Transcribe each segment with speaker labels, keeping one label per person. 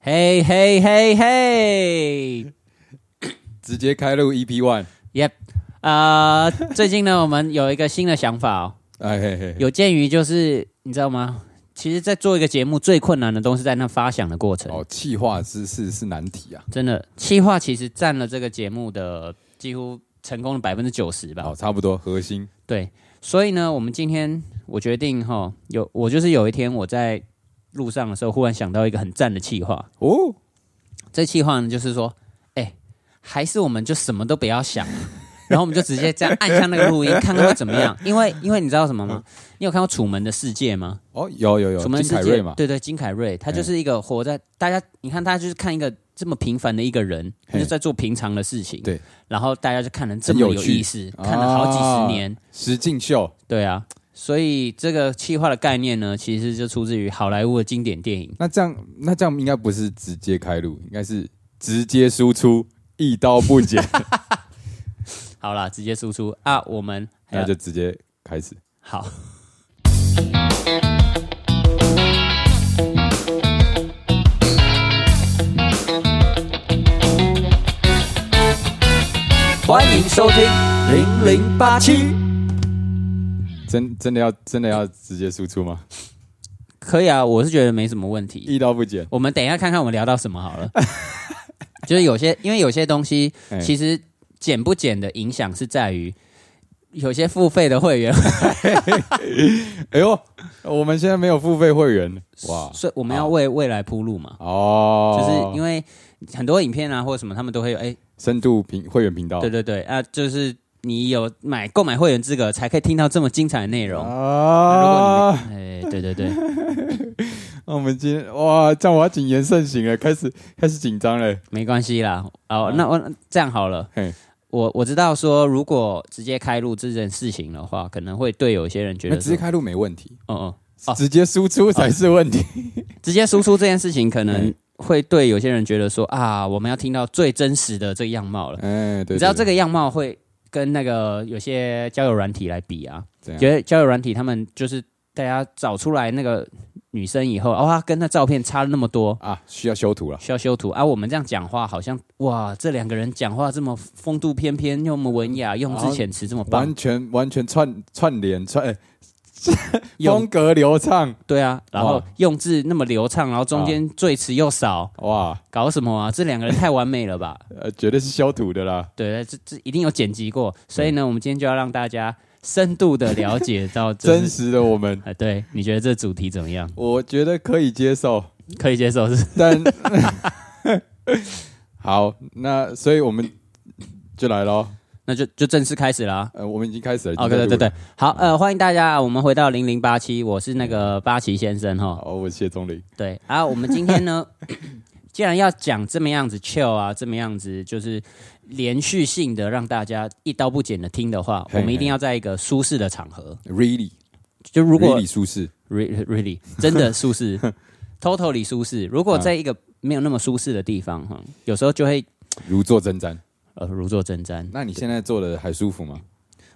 Speaker 1: 嘿嘿嘿嘿
Speaker 2: 直接开录 EP One。
Speaker 1: ，Yep，呃， 最近呢，我们有一个新的想法哦。
Speaker 2: 哎嘿嘿，
Speaker 1: 有鉴于就是你知道吗？其实，在做一个节目最困难的都是在那发想的过程，
Speaker 2: 哦，气化知识是难题啊。
Speaker 1: 真的，企划其实占了这个节目的几乎成功的百分之九十吧。
Speaker 2: 好，哦差不多核心。
Speaker 1: 对，所以呢，我们今天我决定哈，有我就是有一天我在路上的时候，忽然想到一个很赞的企划。
Speaker 2: 哦，
Speaker 1: 这企划呢，就是说，哎、还是我们就什么都不要想， 然后我们就直接这样按下那个录 音，看看会怎么样。因为因为你知道什么吗？你有看过《楚门的世界》吗？
Speaker 2: 哦，有嗯有有，
Speaker 1: 楚门
Speaker 2: 金
Speaker 1: 世
Speaker 2: 凯
Speaker 1: 界
Speaker 2: 瑞嘛，
Speaker 1: 对对，金凯瑞，他就是一个活在大家，你看他就是看一个这么平凡的一个人，他
Speaker 2: 嘿
Speaker 1: 就在做平常的事情，
Speaker 2: 对，
Speaker 1: 然后大家就看了这么
Speaker 2: 很有
Speaker 1: 有
Speaker 2: 趣啊
Speaker 1: 意思，看了好几十年，
Speaker 2: 石敬秀。
Speaker 1: 对啊，所以这个企划的概念呢，其实就出自于好莱坞的经典电影。
Speaker 2: 那这样，那这样应该不是直接开录，应该是直接输出，一刀不 剪，
Speaker 1: 好啦，直接输出啊，我们还
Speaker 2: 那
Speaker 1: 要
Speaker 2: 就直接开始。
Speaker 1: 好。欢迎收听
Speaker 2: 零零八七，真真的要真的要直接输出吗？
Speaker 1: 可以啊，我是觉得没什么问题。
Speaker 2: 一刀不剪。
Speaker 1: 我们等一下看看我们聊到什么 好了。就是有些，因为有些东西
Speaker 2: 哎
Speaker 1: 其实减不减的影响是在于有些付费的会员，
Speaker 2: 哎呦，我们现在没有付费会员 哇！
Speaker 1: 所以我们要为未来铺路嘛。
Speaker 2: 哦，
Speaker 1: 就是因
Speaker 2: 为
Speaker 1: 为很多影片啊或者什么，他们都会有哎，
Speaker 2: 深度频会员频道
Speaker 1: 对对对啊，就是你有买购买会员资格才可以听到这么精彩的内容。啊如果
Speaker 2: 啊！
Speaker 1: 你没哎，对对 对，
Speaker 2: 那我们今天哇，这样我要谨言慎行欸了，开始开始紧张了。
Speaker 1: 没关系啦。哦，那我这样好了
Speaker 2: 嗯嘿。
Speaker 1: 我我知道说，如果直接开录这件事情的话，可能会对有些人觉
Speaker 2: 那
Speaker 1: 得
Speaker 2: 直
Speaker 1: 说
Speaker 2: 接，开录没问题，
Speaker 1: 嗯嗯，哦
Speaker 2: 直接输出才是问 题。
Speaker 1: 直接输出这件事情，可能
Speaker 2: 嗯
Speaker 1: 会对有些人觉得说啊，我们要听到最真实的这个样貌了。
Speaker 2: 哎，对，
Speaker 1: 你知道
Speaker 2: 对
Speaker 1: 这个样貌会跟那个有些交友软体来比啊？
Speaker 2: 怎样
Speaker 1: 觉得交友软体他们就是大家找出来那个女生以后，哇、她跟那照片差了那么多，
Speaker 2: 啊，需要修图了。
Speaker 1: 需要修图啊。我们这样讲话好像哇，这两个人讲话这么风度翩翩，又那么文雅，用字遣词这么棒
Speaker 2: 嗯完，全完全串串联 串，哎风
Speaker 1: 用
Speaker 2: 格流畅
Speaker 1: 对啊，然后
Speaker 2: 哇啊
Speaker 1: 用字那么流畅，然后中间赘词又少，
Speaker 2: 哇，
Speaker 1: 搞什么啊？这两个人太完美了 吧？
Speaker 2: 呃，绝对是修图的啦。
Speaker 1: 对，这这一定有剪辑过，所以呢，
Speaker 2: 嗯
Speaker 1: 我们今天就要让大家深度的了解到、就是、
Speaker 2: 真实的我们，
Speaker 1: 啊，对，你觉得这主题怎么样？
Speaker 2: 我觉得可以接受，
Speaker 1: 可以接受是？
Speaker 2: 但 好，那所以我们就来咯。
Speaker 1: 那就就正式开始啦。
Speaker 2: 呃，我们已经开始了。已
Speaker 1: 哦，
Speaker 2: 经在
Speaker 1: 对
Speaker 2: 录
Speaker 1: 对对
Speaker 2: 了，
Speaker 1: 好，
Speaker 2: 嗯
Speaker 1: 呃，欢迎大家，我们回到零零八七，我是那个八旗先生哈。
Speaker 2: 好，我是谢宗林。
Speaker 1: 对啊，我们今天 呢，既然要讲这么样子 chill 啊，这么样子就是连续性的让大家一刀不剪的听的话，
Speaker 2: 嘿
Speaker 1: 我们一定
Speaker 2: 嘿
Speaker 1: 要在一个舒适的场合。
Speaker 2: Really，
Speaker 1: 就如果
Speaker 2: really 舒适，
Speaker 1: really really 真的舒 适，totally 舒适。如果
Speaker 2: 嗯
Speaker 1: 在一个没有那么舒适的地方哈，有时候就会
Speaker 2: 如坐针毡。
Speaker 1: 呃如坐针毡。
Speaker 2: 那你现在坐的还舒服吗？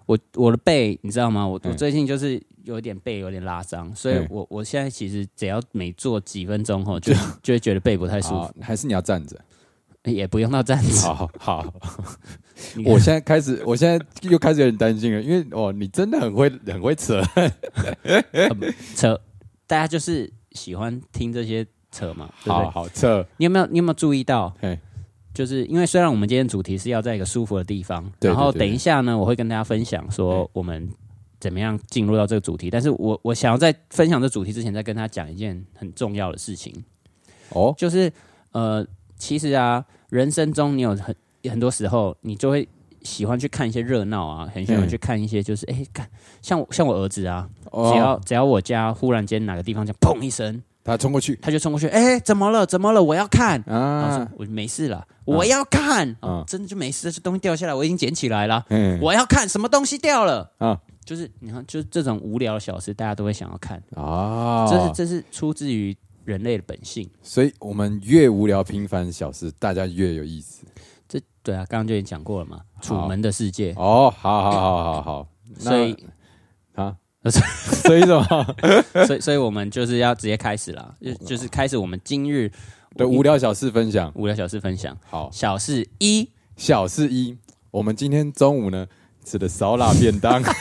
Speaker 1: 我我的背，你知道吗？我我
Speaker 2: 嗯
Speaker 1: 最近就是有点背有点拉伤，所以
Speaker 2: 嗯
Speaker 1: 我我现在其实只要每坐几分钟后，就就会觉得背不太舒服，
Speaker 2: 啊，还是你要 站着？
Speaker 1: 也不用到 站着。
Speaker 2: 好好，
Speaker 1: 你看
Speaker 2: 我现在开始，我现在又开始有点担心了，因为哦，你真的很会很会扯。
Speaker 1: 扯，大家就是喜欢听这些扯嘛，对不
Speaker 2: 好
Speaker 1: 对？
Speaker 2: 好扯，
Speaker 1: 你有没有你有没有注意到？
Speaker 2: 嘿，
Speaker 1: 就是因为虽然我们今天主题是要在一个舒服的地方，
Speaker 2: 对
Speaker 1: 然后
Speaker 2: 对对嗯
Speaker 1: 等一下呢，我会跟大家分享说我们怎么样进入到这个主题，但是我我想要在分享这主题之前，再跟他讲一件很重要的事情。
Speaker 2: 哦，
Speaker 1: 就是呃，其实啊，人生中你有很很多时候，你就会喜欢去看一些热闹啊，很喜欢
Speaker 2: 嗯
Speaker 1: 去看一些就是哎，看、像我像我儿子啊，只要、
Speaker 2: 哦，
Speaker 1: 只要我家忽然间哪个地方这样砰一声，
Speaker 2: 他冲过去
Speaker 1: 他就冲过去，哎、怎么了？怎么了？我要看。然后
Speaker 2: 啊
Speaker 1: 说，我没事了，我要看，哦
Speaker 2: 嗯
Speaker 1: 真的就没事，这东西掉下来，我已经捡起来了，
Speaker 2: 嗯，
Speaker 1: 我要看什么东西掉了
Speaker 2: 啊
Speaker 1: 就是你看，就是这种无聊的小事，大家都会想要看，
Speaker 2: 啊，
Speaker 1: 这是这是出自于人类的本性。
Speaker 2: 所以我们越无聊平凡的小事，大家越有意思。
Speaker 1: 这对啊，刚刚就已经讲过了嘛，《楚
Speaker 2: 好
Speaker 1: 门的世界》
Speaker 2: 哦，好好好好好，那
Speaker 1: 所以
Speaker 2: 啊， 所以什么？
Speaker 1: 所以所以我们就是要直接开始了，就就是开始我们今日
Speaker 2: 对无聊小事分享。
Speaker 1: 无聊小事分享。
Speaker 2: 好，
Speaker 1: 小事一，
Speaker 2: 小事一，我们今天中午呢吃的烧腊便当。
Speaker 1: 真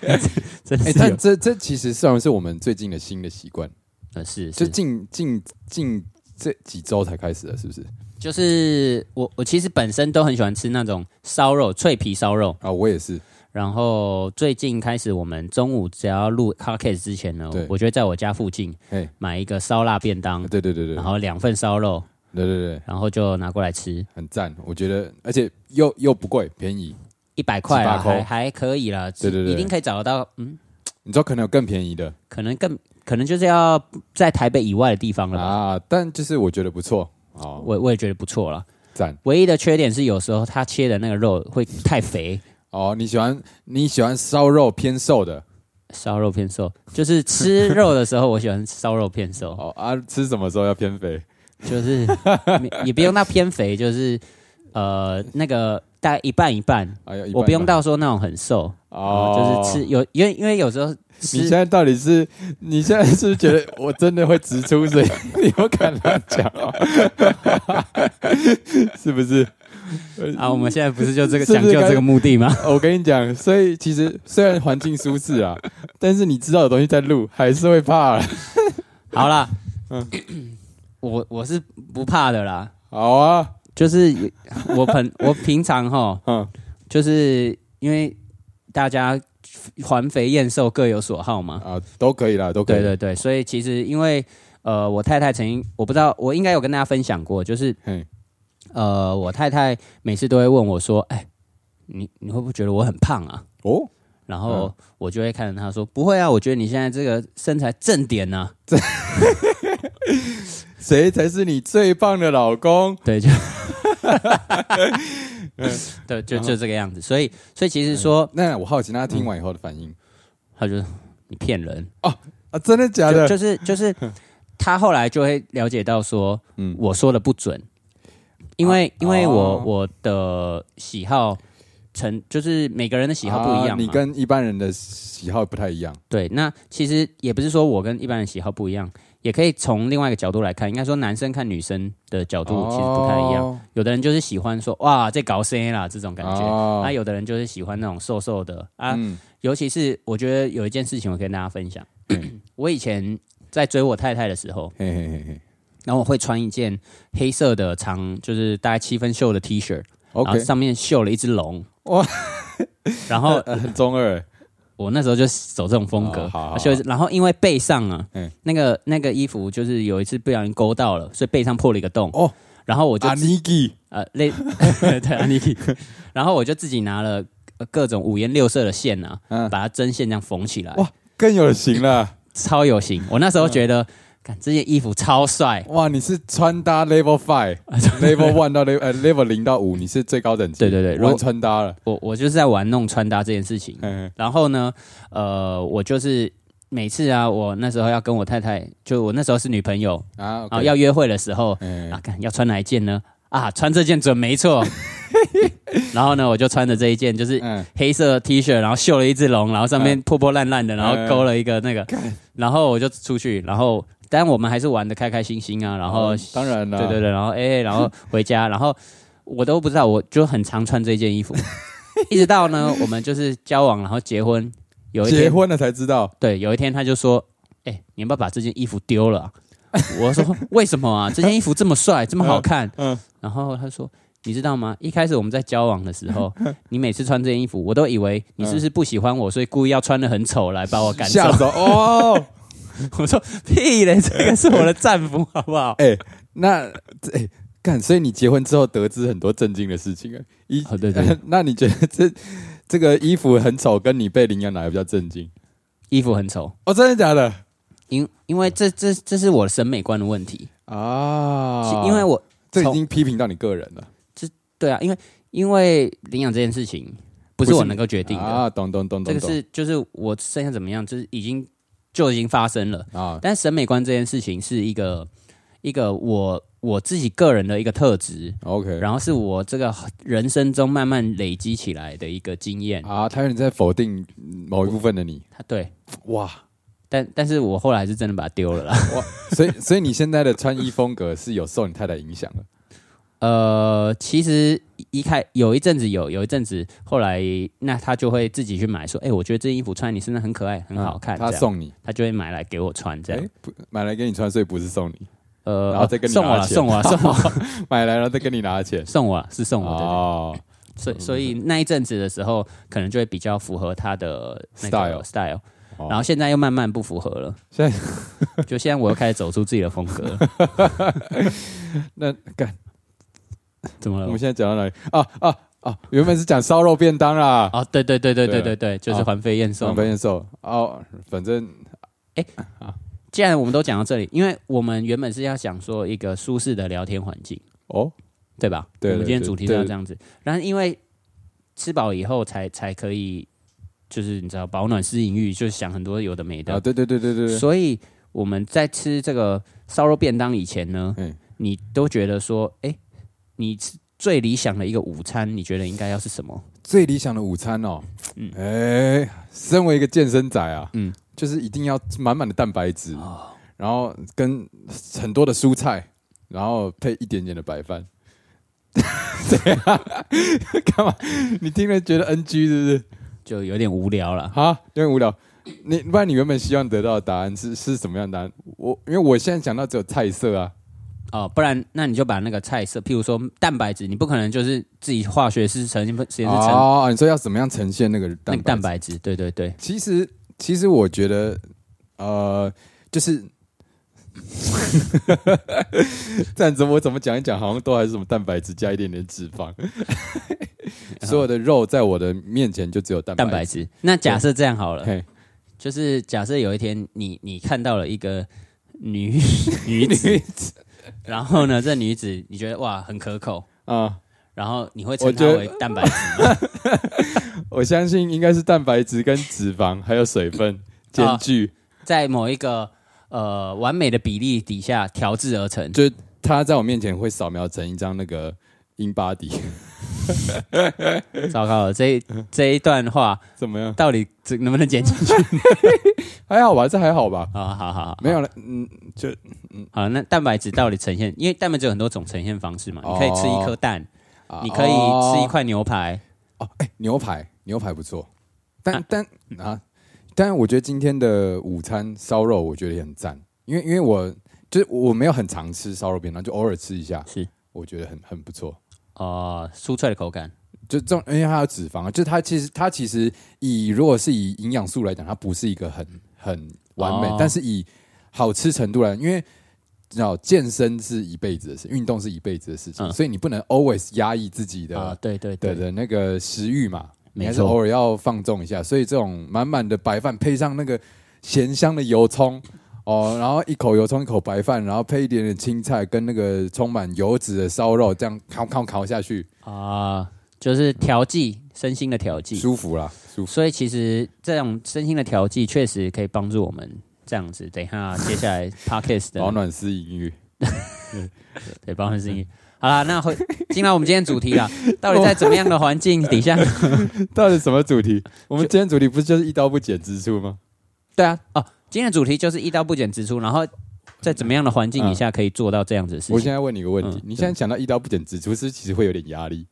Speaker 2: 哎、
Speaker 1: 的是有
Speaker 2: 但这这其实算是我们最近的新的习惯，
Speaker 1: 呃是
Speaker 2: 就是近近近这几周才开始的，是不是？
Speaker 1: 就是我我其实本身都很喜欢吃那种烧肉脆皮烧肉，
Speaker 2: 啊，我也是。
Speaker 1: 然后最近开始我们中午只要录 c o c a s t 之前呢
Speaker 2: 对，
Speaker 1: 我就会在我家附近
Speaker 2: 哎，
Speaker 1: 买一个烧腊便当，
Speaker 2: 对对对对，
Speaker 1: 然
Speaker 2: 对
Speaker 1: 后两份烧肉，
Speaker 2: 对对，
Speaker 1: 然后就拿过来吃，
Speaker 2: 很赞。我觉得，而且又又不贵，便宜。
Speaker 1: 一百块啊，
Speaker 2: 18块
Speaker 1: 还还可以啦，
Speaker 2: 对对对
Speaker 1: 一定可以找得到，嗯，
Speaker 2: 你知道可能有更便宜的
Speaker 1: 可能更可能就是要在台北以外的地方了吧。
Speaker 2: 啊，但就是我觉得不错，哦，
Speaker 1: 我我也觉得不错了，
Speaker 2: 赞
Speaker 1: 唯一的缺点是有时候它切的那个肉会太肥，
Speaker 2: 哦。你喜欢你喜欢烧肉偏瘦的
Speaker 1: 烧肉偏瘦，就是吃肉的时候，我喜欢烧肉偏瘦，
Speaker 2: 哦啊？吃什么时候要偏肥？
Speaker 1: 就是没也不用到偏肥，就是呃那个大概一半一半，
Speaker 2: 哎呀，一般
Speaker 1: 我不用
Speaker 2: 般
Speaker 1: 到说那种很瘦，
Speaker 2: 哦，
Speaker 1: 就是吃。有因为因为有时候
Speaker 2: 你现
Speaker 1: 吃
Speaker 2: 在到底是你现在是不是觉得我真的会直出，所以 你不敢乱讲哦， 是不是？
Speaker 1: 啊，我们现在不是就这个
Speaker 2: 是不
Speaker 1: 讲
Speaker 2: 是
Speaker 1: 究
Speaker 2: 该
Speaker 1: 这个目的吗？
Speaker 2: 我跟你讲，所以其实虽然环境舒适啊，但是你知道有东西在录，还是会怕啦。啊
Speaker 1: 好啦，嗯我我是不怕的啦，
Speaker 2: 好啊，
Speaker 1: 就是我平我平常 哈，
Speaker 2: 嗯，
Speaker 1: 就是因为大家环肥燕瘦各有所好嘛，
Speaker 2: 啊，都可以啦，都可以。
Speaker 1: 对对对，所以其实因为呃，我太太曾经我不知道，我应该有跟大家分享过，就是
Speaker 2: 嘿，
Speaker 1: 呃，我太太每次都会问我说：“哎，你你会不会觉得我很胖啊
Speaker 2: 哦，？”
Speaker 1: 然后我就会看着她说：“不会啊，我觉得你现在这个身材正点啊呢、
Speaker 2: 谁才是你最棒的老公？
Speaker 1: 对，就， 嗯对，就就这个样子。所以，所以其实说，
Speaker 2: 那我好奇，那他听完以后的反应
Speaker 1: 他就你骗人，
Speaker 2: 啊，真的假
Speaker 1: 就
Speaker 2: 的？
Speaker 1: 就是就是，他后来就会了解到说，
Speaker 2: 嗯，
Speaker 1: 我说的不准，因为、因为我
Speaker 2: 哦
Speaker 1: 我的喜好成就是每个人的喜好不一
Speaker 2: 啊
Speaker 1: 样嘛、
Speaker 2: 你跟一般人的喜好不太一样。
Speaker 1: 对，那其实也不是说我跟一般人喜好不一样，也可以从另外一个角度来看，应该说男生看女生的角度其实不太一样。
Speaker 2: 哦
Speaker 1: 有的人就是喜欢说哇在搞 C 啦这种感觉，哎
Speaker 2: 哦
Speaker 1: 那、有的人就是喜欢那种瘦瘦的啊。
Speaker 2: 嗯
Speaker 1: 尤其是我觉得有一件事情我跟大家分享
Speaker 2: 嗯，
Speaker 1: 我以前在追我太太的时候，
Speaker 2: 嘿嘿嘿嘿
Speaker 1: 然后我会穿一件黑色的长，就是大概七分袖的 T 恤，然后
Speaker 2: ，OK，
Speaker 1: 上面绣了一只龙，
Speaker 2: 哇
Speaker 1: 哇！ 然后
Speaker 2: 呃很中二欸，
Speaker 1: 我那时候就走这种风格啊
Speaker 2: 哦好好好，
Speaker 1: 就然后因为背上啊
Speaker 2: 嗯，
Speaker 1: 那个那个衣服就是有一次不小心勾到了，所以背上破了一个洞
Speaker 2: 哦
Speaker 1: 哦。然后我就
Speaker 2: 阿尼基
Speaker 1: 呃，类 对安妮，然后我就自己拿了呃各种五颜六色的线啊，
Speaker 2: 嗯
Speaker 1: 把它针线这样缝起来，
Speaker 2: 哇嗯更有型了，
Speaker 1: 超有型。我那时候觉得，看、这件衣服超帅，
Speaker 2: 哇，你是穿搭 Level Five，Level One 到 Level 呃 Level 零到五，你是最高等级，
Speaker 1: 对对对如果
Speaker 2: 玩穿搭了，
Speaker 1: 我我就是在玩弄穿搭这件事情。
Speaker 2: 嗯，
Speaker 1: 然后呢，呃，我就是每次啊，我那时候要跟我太太，就我那时候是女朋友
Speaker 2: 啊
Speaker 1: 啊，要约会的时候
Speaker 2: 嗯
Speaker 1: 啊，看要穿哪一件呢？啊，穿这件准没错。然后呢，我就穿着这一件，就是
Speaker 2: 嗯，
Speaker 1: 黑色 T 恤，然后绣了一只龙，然后上面破破烂烂的，然后勾了一个那个，然后我就出去，然后但我们还是玩的开开心心啊，然后、
Speaker 2: 嗯当然了，
Speaker 1: 对对对，然后哎、然 后回家，然后我都不知道，我就很常穿这件衣服， 一直到呢我们就是交往，然后结婚，有一
Speaker 2: 结
Speaker 1: 天
Speaker 2: 婚了才知道，
Speaker 1: 对，有一天他就说，哎、你要不要把这件衣服丢了啊、我说为什么啊？这件衣服这么帅，这么好看。嗯，
Speaker 2: 嗯嗯
Speaker 1: 然后他说，你知道吗？一开始我们在交往的时 候，你每次穿这件衣服，我都以为你是不是不喜欢我，所以故意要穿的很丑来把我赶走
Speaker 2: 嗯吓。走哦，
Speaker 1: 我说屁嘞，这个是我的战服，好不 好？
Speaker 2: 哎，那哎。干，所以你结婚之后得知很多震惊的事情啊！一，
Speaker 1: 哦对对
Speaker 2: 那你觉得这这个衣服很丑，跟你被领养哪个比较震惊？
Speaker 1: 衣服很丑，
Speaker 2: 哦，真的假的
Speaker 1: 因因为这这这是我的审美观的问题，
Speaker 2: 啊？
Speaker 1: 是因为我
Speaker 2: 这已
Speaker 1: 从
Speaker 2: 经批评到你个人了，
Speaker 1: 对啊，因为因为领养这件事情不是
Speaker 2: 不是
Speaker 1: 我
Speaker 2: 你
Speaker 1: 能够决定的。
Speaker 2: 啊！懂懂懂
Speaker 1: 这
Speaker 2: 懂
Speaker 1: 个
Speaker 2: 懂
Speaker 1: 是就是我剩下怎么样，就是已经就已经发生了。
Speaker 2: 啊！
Speaker 1: 但审美观这件事情是一个一个我我自己个人的一个特质，
Speaker 2: OK，
Speaker 1: 然后是我这个人生中慢慢累积起来的一个经验。
Speaker 2: 啊，他有点在否定嗯某一部分的你，
Speaker 1: 他对，
Speaker 2: 哇，
Speaker 1: 但但是我后来是真的把它丢了啦。
Speaker 2: 所以所以你现在的穿衣风格是有受你太太影 响的，
Speaker 1: 呃，其实一开有一阵子有，有一阵子后来那他就会自己去买，说，哎、我觉得这件衣服穿在你身上很可爱，很嗯好看，
Speaker 2: 他
Speaker 1: 这样
Speaker 2: 送你，
Speaker 1: 他就会买来给我穿这样。
Speaker 2: 诶不买来给你穿，所以不是送你，
Speaker 1: 呃，
Speaker 2: 然后再跟你
Speaker 1: 送我
Speaker 2: 拿
Speaker 1: 了，
Speaker 2: 钱
Speaker 1: 送我了，送我了，
Speaker 2: 买来了再跟你拿钱，
Speaker 1: 送我了，是送我的。
Speaker 2: 哦，
Speaker 1: 所以所以那一阵子的时候，可能就会比较符合他的那个
Speaker 2: Style
Speaker 1: style，
Speaker 2: 哦
Speaker 1: 然后现在又慢慢不符合了。
Speaker 2: 现
Speaker 1: 在 就现在我又开始走出自己的风格了，
Speaker 2: 那干，
Speaker 1: 怎么
Speaker 2: 我
Speaker 1: 了
Speaker 2: 们？现在讲到哪里？啊啊啊，原本是讲烧肉便当啦，
Speaker 1: 哦，对对对对对
Speaker 2: 对啊哦
Speaker 1: 对对，就是环飞燕
Speaker 2: 双
Speaker 1: 送。
Speaker 2: 分验瘦哦，反正
Speaker 1: 既然我们都讲到这里，因为我们原本是要讲说一个舒适的聊天环境，
Speaker 2: 哦，
Speaker 1: 对吧？
Speaker 2: 对对
Speaker 1: 我们今天主题是
Speaker 2: 对
Speaker 1: 要这样子。然后因为吃饱以后才才可以，就是你知道保暖私隐欲，就是想很多有的没的
Speaker 2: 啊，。对对对对对对，
Speaker 1: 所以我们在吃这个烧肉便当以前呢，
Speaker 2: 嗯
Speaker 1: 你都觉得说，哎、你吃最理想的一个午餐，你觉得应该要是什么？
Speaker 2: 最理想的午餐哦，
Speaker 1: 嗯
Speaker 2: 哎、身为一个健身仔啊，
Speaker 1: 嗯哦
Speaker 2: 嗯，就是一定要满满的蛋白质，然后跟很多的蔬菜，然后配一点点的白饭。 对啊，干嘛？你听了觉得 NG 是不是？
Speaker 1: 就有点无聊了。
Speaker 2: 啊，有点无聊。你不然你原本希望得到的答案是是什么样的答案？我因为我现在想到只有菜色啊，
Speaker 1: 哦，不然那你就把那个菜色，譬如说蛋白质，你不可能就是自己化学式成实验室成、
Speaker 2: 哦，你说要怎么样呈现那个
Speaker 1: 那
Speaker 2: 蛋白
Speaker 1: 个
Speaker 2: 质？
Speaker 1: 蛋白质，对对对，
Speaker 2: 其实，其实我觉得，呃，就是， 但怎么我怎么讲一讲，好像都还是什么蛋白质加一点点 脂肪，所有的肉在我的面前就只有蛋
Speaker 1: 蛋
Speaker 2: 白
Speaker 1: 白
Speaker 2: 质。
Speaker 1: 质。那假设这样好了，
Speaker 2: 嘿，
Speaker 1: 就是假设有一天你你看到了一个女 女子，
Speaker 2: 你
Speaker 1: 然后呢，这女子你觉得哇很可口，
Speaker 2: 啊、
Speaker 1: 然后你会称
Speaker 2: 我
Speaker 1: 它
Speaker 2: 觉得
Speaker 1: 为蛋 白质吗？
Speaker 2: 我相信应该是蛋白质跟脂肪还有水 分
Speaker 1: 啊
Speaker 2: 兼具，
Speaker 1: 在某一个呃完美的比例底下调制而成。
Speaker 2: 就它在我面前会扫描成一张那个 in body，
Speaker 1: 糟糕了，这一这一段话
Speaker 2: 怎么样？
Speaker 1: 到底这能不能剪进 去
Speaker 2: 还好吧，这还好吧，
Speaker 1: 啊、好好好，
Speaker 2: 没有了，嗯，就
Speaker 1: 好，那蛋白质到底呈现？因为蛋白质有很多种呈现方式嘛，你可以吃一颗蛋，你可以吃一
Speaker 2: 哦
Speaker 1: 块牛排，
Speaker 2: 牛排，牛排不错，但但啊，但我觉得今天的午餐烧肉，我觉得也很赞，因为因为我就是我没有很常吃烧肉便当，就偶尔吃一下，
Speaker 1: 是
Speaker 2: 我觉得很很不错。
Speaker 1: 哦、酥脆的口感，
Speaker 2: 就这种，因为它有脂肪啊，就是它其实它其实以如果是以营养素来讲，它不是一个很很完美，
Speaker 1: 哦
Speaker 2: 但是以好吃程度来，因为你知道健身是一辈子的事，运动是一辈子的事情，
Speaker 1: 嗯
Speaker 2: 所以你不能 always 压抑自己的
Speaker 1: 啊、对对
Speaker 2: 对的那个食欲嘛，
Speaker 1: 没
Speaker 2: 你还是
Speaker 1: 错
Speaker 2: 偶尔要放纵一下。所以这种满满的白饭配上那个咸香的油葱哦，然后一口油葱一口白饭，然后配一点点青菜跟那个充满油脂的烧肉，这样烤烤烤下去，
Speaker 1: 啊、就是调剂身心的调剂。
Speaker 2: 舒服啦，舒服。
Speaker 1: 所以其实这种身心的调剂确实可以帮助我们这样子。等一下，接下来 podcast 的
Speaker 2: 保暖思淫欲，
Speaker 1: 对，包含声音。好啦，那回进到我们今天主题 啦，到底在怎么样的环境底下？
Speaker 2: 到底什么主题？我们今天主题不是就是一刀不剪之处吗？
Speaker 1: 对啊，哦，今天的主题就是一刀不剪直出，然后在怎么样的环境底下可以做到这样子的事
Speaker 2: 我
Speaker 1: 情？
Speaker 2: 现在问你一个问题
Speaker 1: 嗯，
Speaker 2: 你现在想到一刀不剪之处，是不是其实会有点压力，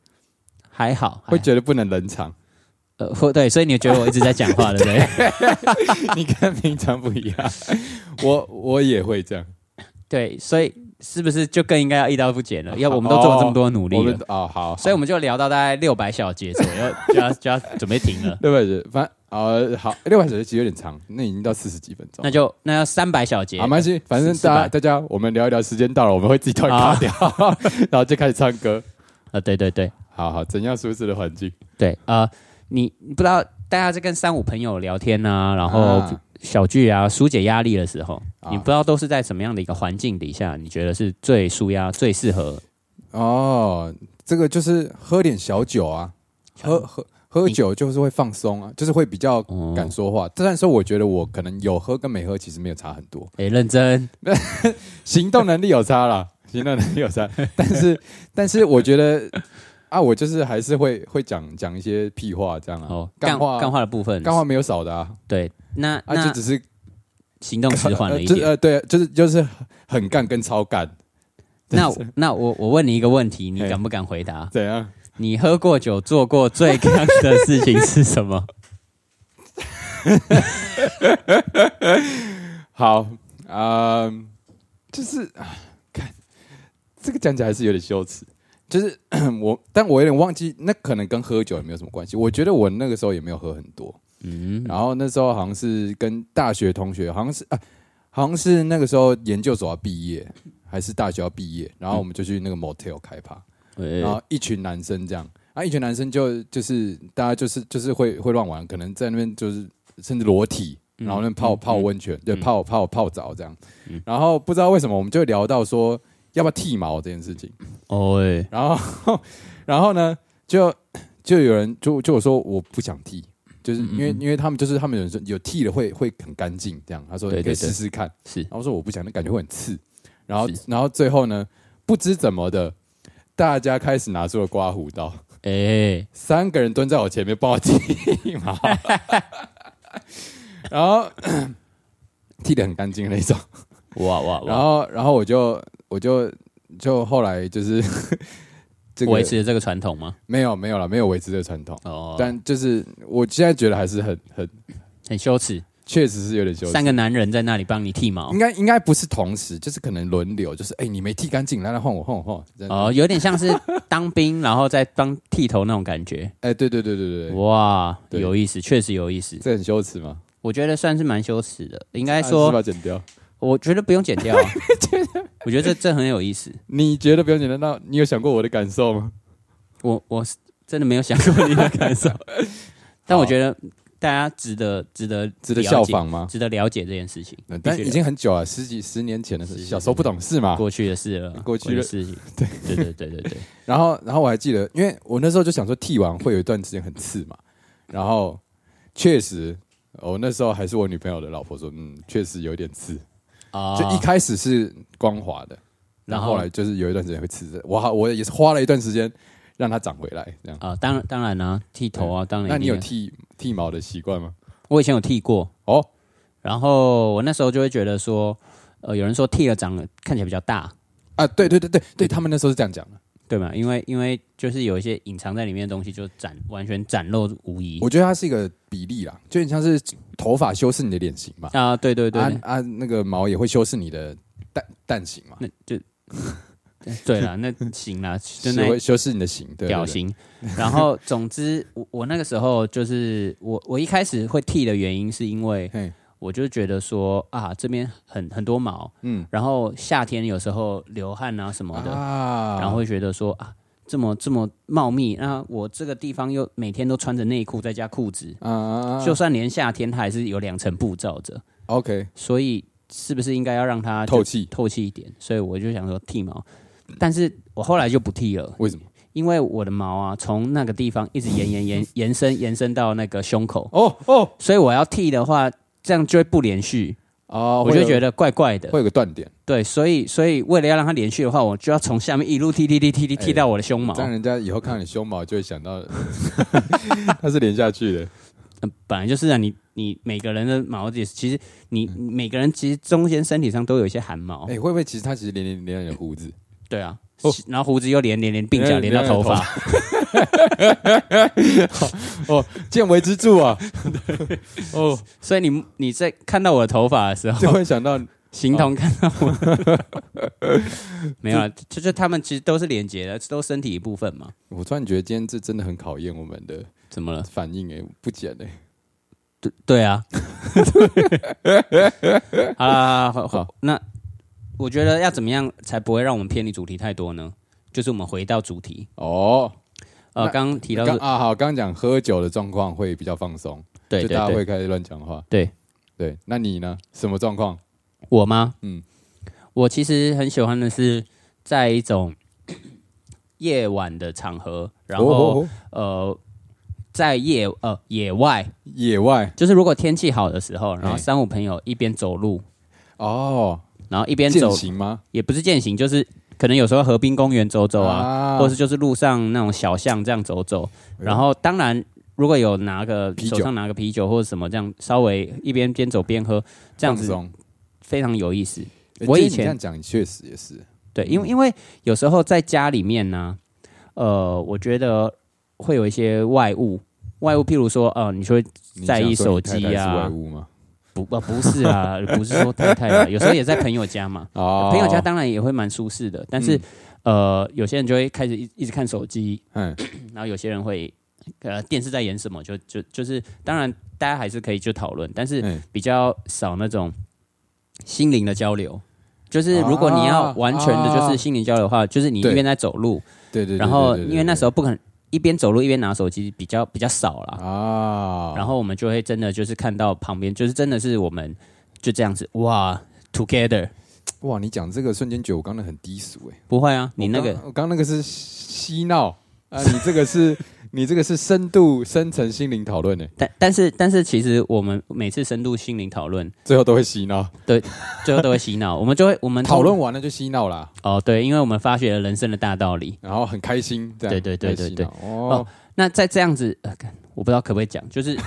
Speaker 1: 还好，
Speaker 2: 会
Speaker 1: 会
Speaker 2: 觉得不能冷场。
Speaker 1: 呃，会对，所以你觉得我一直在讲话，对不对？
Speaker 2: 你跟平常不一 样，我我也会这样。
Speaker 1: 对，所以是不是就更应该要一刀不剪了？要不我们都做了这么多努力
Speaker 2: 哦我们
Speaker 1: 了，
Speaker 2: 哦好，
Speaker 1: 所以我们就聊到大概六百小节左右，就 要就要准备停了。
Speaker 2: 六百九，反正呃好，六百九十集有点长，那已经到四十几分钟，
Speaker 1: 那就那要三百小节
Speaker 2: 好，没关系，反正
Speaker 1: 四
Speaker 2: 大
Speaker 1: 百
Speaker 2: 家大家我们聊一聊，时间到了，我们会自己突然卡掉，然后就开始唱歌。
Speaker 1: 啊！对对对
Speaker 2: 好好，怎样舒适的环境？
Speaker 1: 对，呃，你你不知道大家在跟三五朋友聊天啊，然后
Speaker 2: 啊
Speaker 1: 小聚啊，疏解压力的时候，
Speaker 2: 啊
Speaker 1: 你不知道都是在什么样的一个环境底下，你觉得是最舒压、最适合
Speaker 2: 哦，这个就是喝点小酒啊，喝喝喝酒就是会放松啊，就是会比较
Speaker 1: 哦
Speaker 2: 敢说话。虽然说我觉得我可能有喝跟没喝其实没有差很多，
Speaker 1: 哎、认真，
Speaker 2: 行动能力有差 啦，行动能力有差，但是但是我觉得啊，我就是还是会会讲讲一些屁话这样啊，
Speaker 1: 哦，
Speaker 2: 干话
Speaker 1: 干话的部分，
Speaker 2: 干话没有少的啊，
Speaker 1: 对，那
Speaker 2: 啊
Speaker 1: 那
Speaker 2: 就只是
Speaker 1: 行动迟缓了一
Speaker 2: 呃就
Speaker 1: 点。
Speaker 2: 呃对，就是就是很干跟超干
Speaker 1: 那我那我我问你一个问题，你
Speaker 2: 嘿
Speaker 1: 敢不敢回答？
Speaker 2: 怎样？
Speaker 1: 你喝过酒做过最 干的事情是什么？
Speaker 2: 好啊、嗯就是啊看这个讲起来还是有点羞耻。就是 我，但我有点忘记，那可能跟喝酒也没有什么关系。我觉得我那个时候也没有喝很多，
Speaker 1: 嗯，
Speaker 2: 然后那时候好像是跟大学同学，好像是啊，好像是那个时候研究所要毕业，还是大学要毕业，然后我们就去那个 motel 开趴，
Speaker 1: 喂
Speaker 2: 然后一群男生这样，啊，一群男生就就是大家就是就是会会乱玩，可能在那边就是甚至裸体，
Speaker 1: 嗯
Speaker 2: 然后那边泡、泡温泉，对，泡泡泡澡这样，然后不知道为什么我们就聊到说要不要剃毛这件事情。
Speaker 1: 哦哎，
Speaker 2: 然后 然后呢，就就有人就就我说我不想剃，就是因
Speaker 1: 嗯
Speaker 2: 为、因为他们就是他们有人说有剃了会会很干净这样，他说
Speaker 1: 对
Speaker 2: 你可以
Speaker 1: 对对
Speaker 2: 试试看，
Speaker 1: 是
Speaker 2: 然后我说我不想，那感觉会很刺。然后
Speaker 1: 是
Speaker 2: 然后最后呢，不知怎么的，大家开始拿出了刮胡刀，
Speaker 1: 哎、
Speaker 2: 三个人蹲在我前面帮我剃毛， 然后 剃的很干净那种。
Speaker 1: 哇哇
Speaker 2: 然
Speaker 1: 哇！
Speaker 2: 后然后我就我就就后来就是 这个
Speaker 1: 维持了这个传统吗？
Speaker 2: 没有没有了，没有维持这个传统。
Speaker 1: 哦，
Speaker 2: 但就是我现在觉得还是很很，
Speaker 1: 很羞耻，
Speaker 2: 确实是有点羞
Speaker 1: 三
Speaker 2: 耻。
Speaker 1: 个男人在那里帮你剃毛
Speaker 2: 应，该应该不是同时，就是可能轮流，就是哎、你没剃干净，来来换我换我换我。这样
Speaker 1: 哦，有点像是当兵然后再帮剃头那种感觉。
Speaker 2: 哎、对对对 对对对，
Speaker 1: 哇，
Speaker 2: 对
Speaker 1: 有意思，确实有意思。
Speaker 2: 这很羞耻吗？
Speaker 1: 我觉得算是蛮羞耻的，应该
Speaker 2: 还
Speaker 1: 说
Speaker 2: 是把它剪掉。
Speaker 1: 我觉得不用剪掉、啊， 我觉得这这很有意思。
Speaker 2: 你觉得不用剪掉？那你有想过我的感受吗？
Speaker 1: 我我是真的没有想过你的感 受，但我觉得大家值得值得
Speaker 2: 值得
Speaker 1: 了解
Speaker 2: 效，仿吗？
Speaker 1: 值得了解这件事情。
Speaker 2: 但
Speaker 1: 必须
Speaker 2: 已经很久了，十几十年前的事，
Speaker 1: 是是
Speaker 2: 小时候不懂事嘛。
Speaker 1: 过去的事了，
Speaker 2: 啊过去的
Speaker 1: 的事 情。对对对对对对，
Speaker 2: 然后，然后我还记得，因为我那时候就想说剃完会有一段时间很刺嘛，然后确实，我那时候还是我女朋友的老婆说，嗯，确实有点刺，
Speaker 1: 啊
Speaker 2: 就一开始是光滑的，然
Speaker 1: 然
Speaker 2: 后
Speaker 1: 后
Speaker 2: 后来就是有一段时间会刺，我好我也是花了一段时间让它长回来，这样。
Speaker 1: 啊，当然当然啦、剃头啊，当然一定
Speaker 2: 那
Speaker 1: 啊。
Speaker 2: 你有剃剃毛的习惯吗？
Speaker 1: 我以前有剃过，
Speaker 2: 哦，
Speaker 1: 然后我那时候就会觉得说，呃，有人说剃了长得看起来比较大，
Speaker 2: 啊，对对对对对，他们那时候是这样讲的。
Speaker 1: 对吗？因为因为就是有一些隐藏在里面的东西就展完全展露无遗
Speaker 2: 我觉得它是一个比例啦，就很像是头发修饰你的脸型嘛，
Speaker 1: 啊，对对对，
Speaker 2: 啊啊，那个毛也会修饰你的蛋蛋型嘛，
Speaker 1: 那就对了，那行 啦，就是那
Speaker 2: 会修饰你的型，对对对
Speaker 1: 表情。然后，总之，我我那个时候就是我我一开始会剃的原因，是因为
Speaker 2: 嘿，
Speaker 1: 我就觉得说啊，这边很很多毛，
Speaker 2: 嗯
Speaker 1: 然后夏天有时候流汗啊什么的，
Speaker 2: 啊
Speaker 1: 然后会觉得说啊，这么这么茂密，那我这个地方又每天都穿着内裤再加裤子，
Speaker 2: 啊
Speaker 1: 就算连夏天它还是有两层布罩着，
Speaker 2: OK
Speaker 1: 所以是不是应该要让它就
Speaker 2: 透气，
Speaker 1: 透气一点？所以我就想说剃毛，但是我后来就不剃了。
Speaker 2: 为什么？
Speaker 1: 因为我的毛啊，从那个地方一直延延延延伸延伸到那个胸口，
Speaker 2: 哦哦
Speaker 1: 所以我要剃的话，这样就会不连续，
Speaker 2: 啊，
Speaker 1: 我就觉
Speaker 2: 得
Speaker 1: 得怪怪的
Speaker 2: 会。有个断点，
Speaker 1: 对，所以所以为了要让它连续的话，我就要从下面一路剃剃剃剃剃
Speaker 2: 哎
Speaker 1: 剃到我的胸毛。
Speaker 2: 这样人家以后看到你胸毛就会 想到它是连下去的。
Speaker 1: 嗯本来就是啊，你你每个人的毛也是，其实你你每个人其实中间身体上都有一些汗毛
Speaker 2: 嗯哎、。会不会其实它其实连连连到你的胡子？
Speaker 1: 对啊
Speaker 2: 哦，哎
Speaker 1: 然后胡子又连连连鬓角连到头
Speaker 2: 连到
Speaker 1: 发，
Speaker 2: 见微知 著啊！哦，
Speaker 1: 所以你你在看到我的头发的时候，
Speaker 2: 就会想到
Speaker 1: 形同看到我，
Speaker 2: 哦
Speaker 1: 没有啊，就是他们其实都是连接的，都身体一部分嘛。
Speaker 2: 我突然觉得今天这真的很考验我们的
Speaker 1: 怎么了？
Speaker 2: 反应哎、不减哎、
Speaker 1: 对对啊， 好啦好啦好啦
Speaker 2: 好
Speaker 1: 那我觉得要怎么样才不会让我们偏离主题太多呢？就是我们回到主题，
Speaker 2: 哦，
Speaker 1: 呃，
Speaker 2: 那
Speaker 1: 刚刚提到
Speaker 2: 刚
Speaker 1: 是，
Speaker 2: 啊好，刚刚讲喝酒的状况会比较放松，
Speaker 1: 对
Speaker 2: 就大
Speaker 1: 对
Speaker 2: 家
Speaker 1: 对，
Speaker 2: 会开始乱讲话。
Speaker 1: 对
Speaker 2: 对，那你呢？什么状况？
Speaker 1: 我吗？
Speaker 2: 嗯
Speaker 1: 嗯，我其实很喜欢的是在一种夜晚的场合，然后
Speaker 2: 哦
Speaker 1: 呃，在野呃野外，
Speaker 2: 野外
Speaker 1: 就是如果天气好的时候，然后
Speaker 2: 哎
Speaker 1: 三五朋友一边走路，
Speaker 2: 哦，
Speaker 1: 然后一边
Speaker 2: 践
Speaker 1: 走，
Speaker 2: 行吗？
Speaker 1: 也不是践行，就是可能有时候河滨公园走走啊，
Speaker 2: 啊嗯
Speaker 1: 或是就是路上那种小巷这样走走。然后当然，如果有拿个
Speaker 2: 啤酒
Speaker 1: 手上拿个啤酒或者什么这样，稍微一边边走边喝，这样
Speaker 2: 放
Speaker 1: 子
Speaker 2: 松
Speaker 1: 非常有意思。
Speaker 2: 诶
Speaker 1: 我以
Speaker 2: 其实你
Speaker 1: 前
Speaker 2: 这样讲，确实也是
Speaker 1: 对，
Speaker 2: 嗯
Speaker 1: 因为因为有时候在家里面呢、呃，我觉得会有一些外物，外物譬如说，呃，你说
Speaker 2: 你
Speaker 1: 在意
Speaker 2: 想说
Speaker 1: 手
Speaker 2: 你太
Speaker 1: 机
Speaker 2: 太是
Speaker 1: 啊
Speaker 2: 外物吗？
Speaker 1: 不呃不是啊，不是说太太啊，有时候也在朋友家嘛，
Speaker 2: 哦，
Speaker 1: 啊朋友家当然也会蛮舒适的，但是、呃，有些人就会开始一一直看手机，
Speaker 2: 嗯，
Speaker 1: 然后有些人会呃电视在演什么，就就就是当然大家还是可以就讨论，但是
Speaker 2: 嗯
Speaker 1: 比较少那种心灵的交流。就是如果你要
Speaker 2: 啊
Speaker 1: 完全的就是心灵交流的话，就是你一
Speaker 2: 对
Speaker 1: 边在走路，
Speaker 2: 对对对对对对对，
Speaker 1: 然后因为那时
Speaker 2: 候
Speaker 1: 候不可能一边走路一边拿手机，比较比较少啦。
Speaker 2: 啊，
Speaker 1: 然后我们就会真的就是看到旁边，就是真的是我们就这样子哇，together
Speaker 2: 哇，你讲这个瞬间觉得我刚才很低俗哎，
Speaker 1: 不会啊，你那
Speaker 2: 我
Speaker 1: 个
Speaker 2: 刚我刚那个是嬉闹啊，你这个是 你这个是深度深层心灵讨论哎，
Speaker 1: 但但是但是其实我们每次深度心灵讨论，
Speaker 2: 最后都会嬉闹，
Speaker 1: 最后都会洗脑，我们就会我们
Speaker 2: 讨论完了就嬉闹啦，
Speaker 1: 哦对，因为我们发掘了人生的大道理。
Speaker 2: 然后很开心这样，
Speaker 1: 对对对对对
Speaker 2: 在嬉闹哦，
Speaker 1: 那在这样子，呃，干我不知道可不可以讲，就是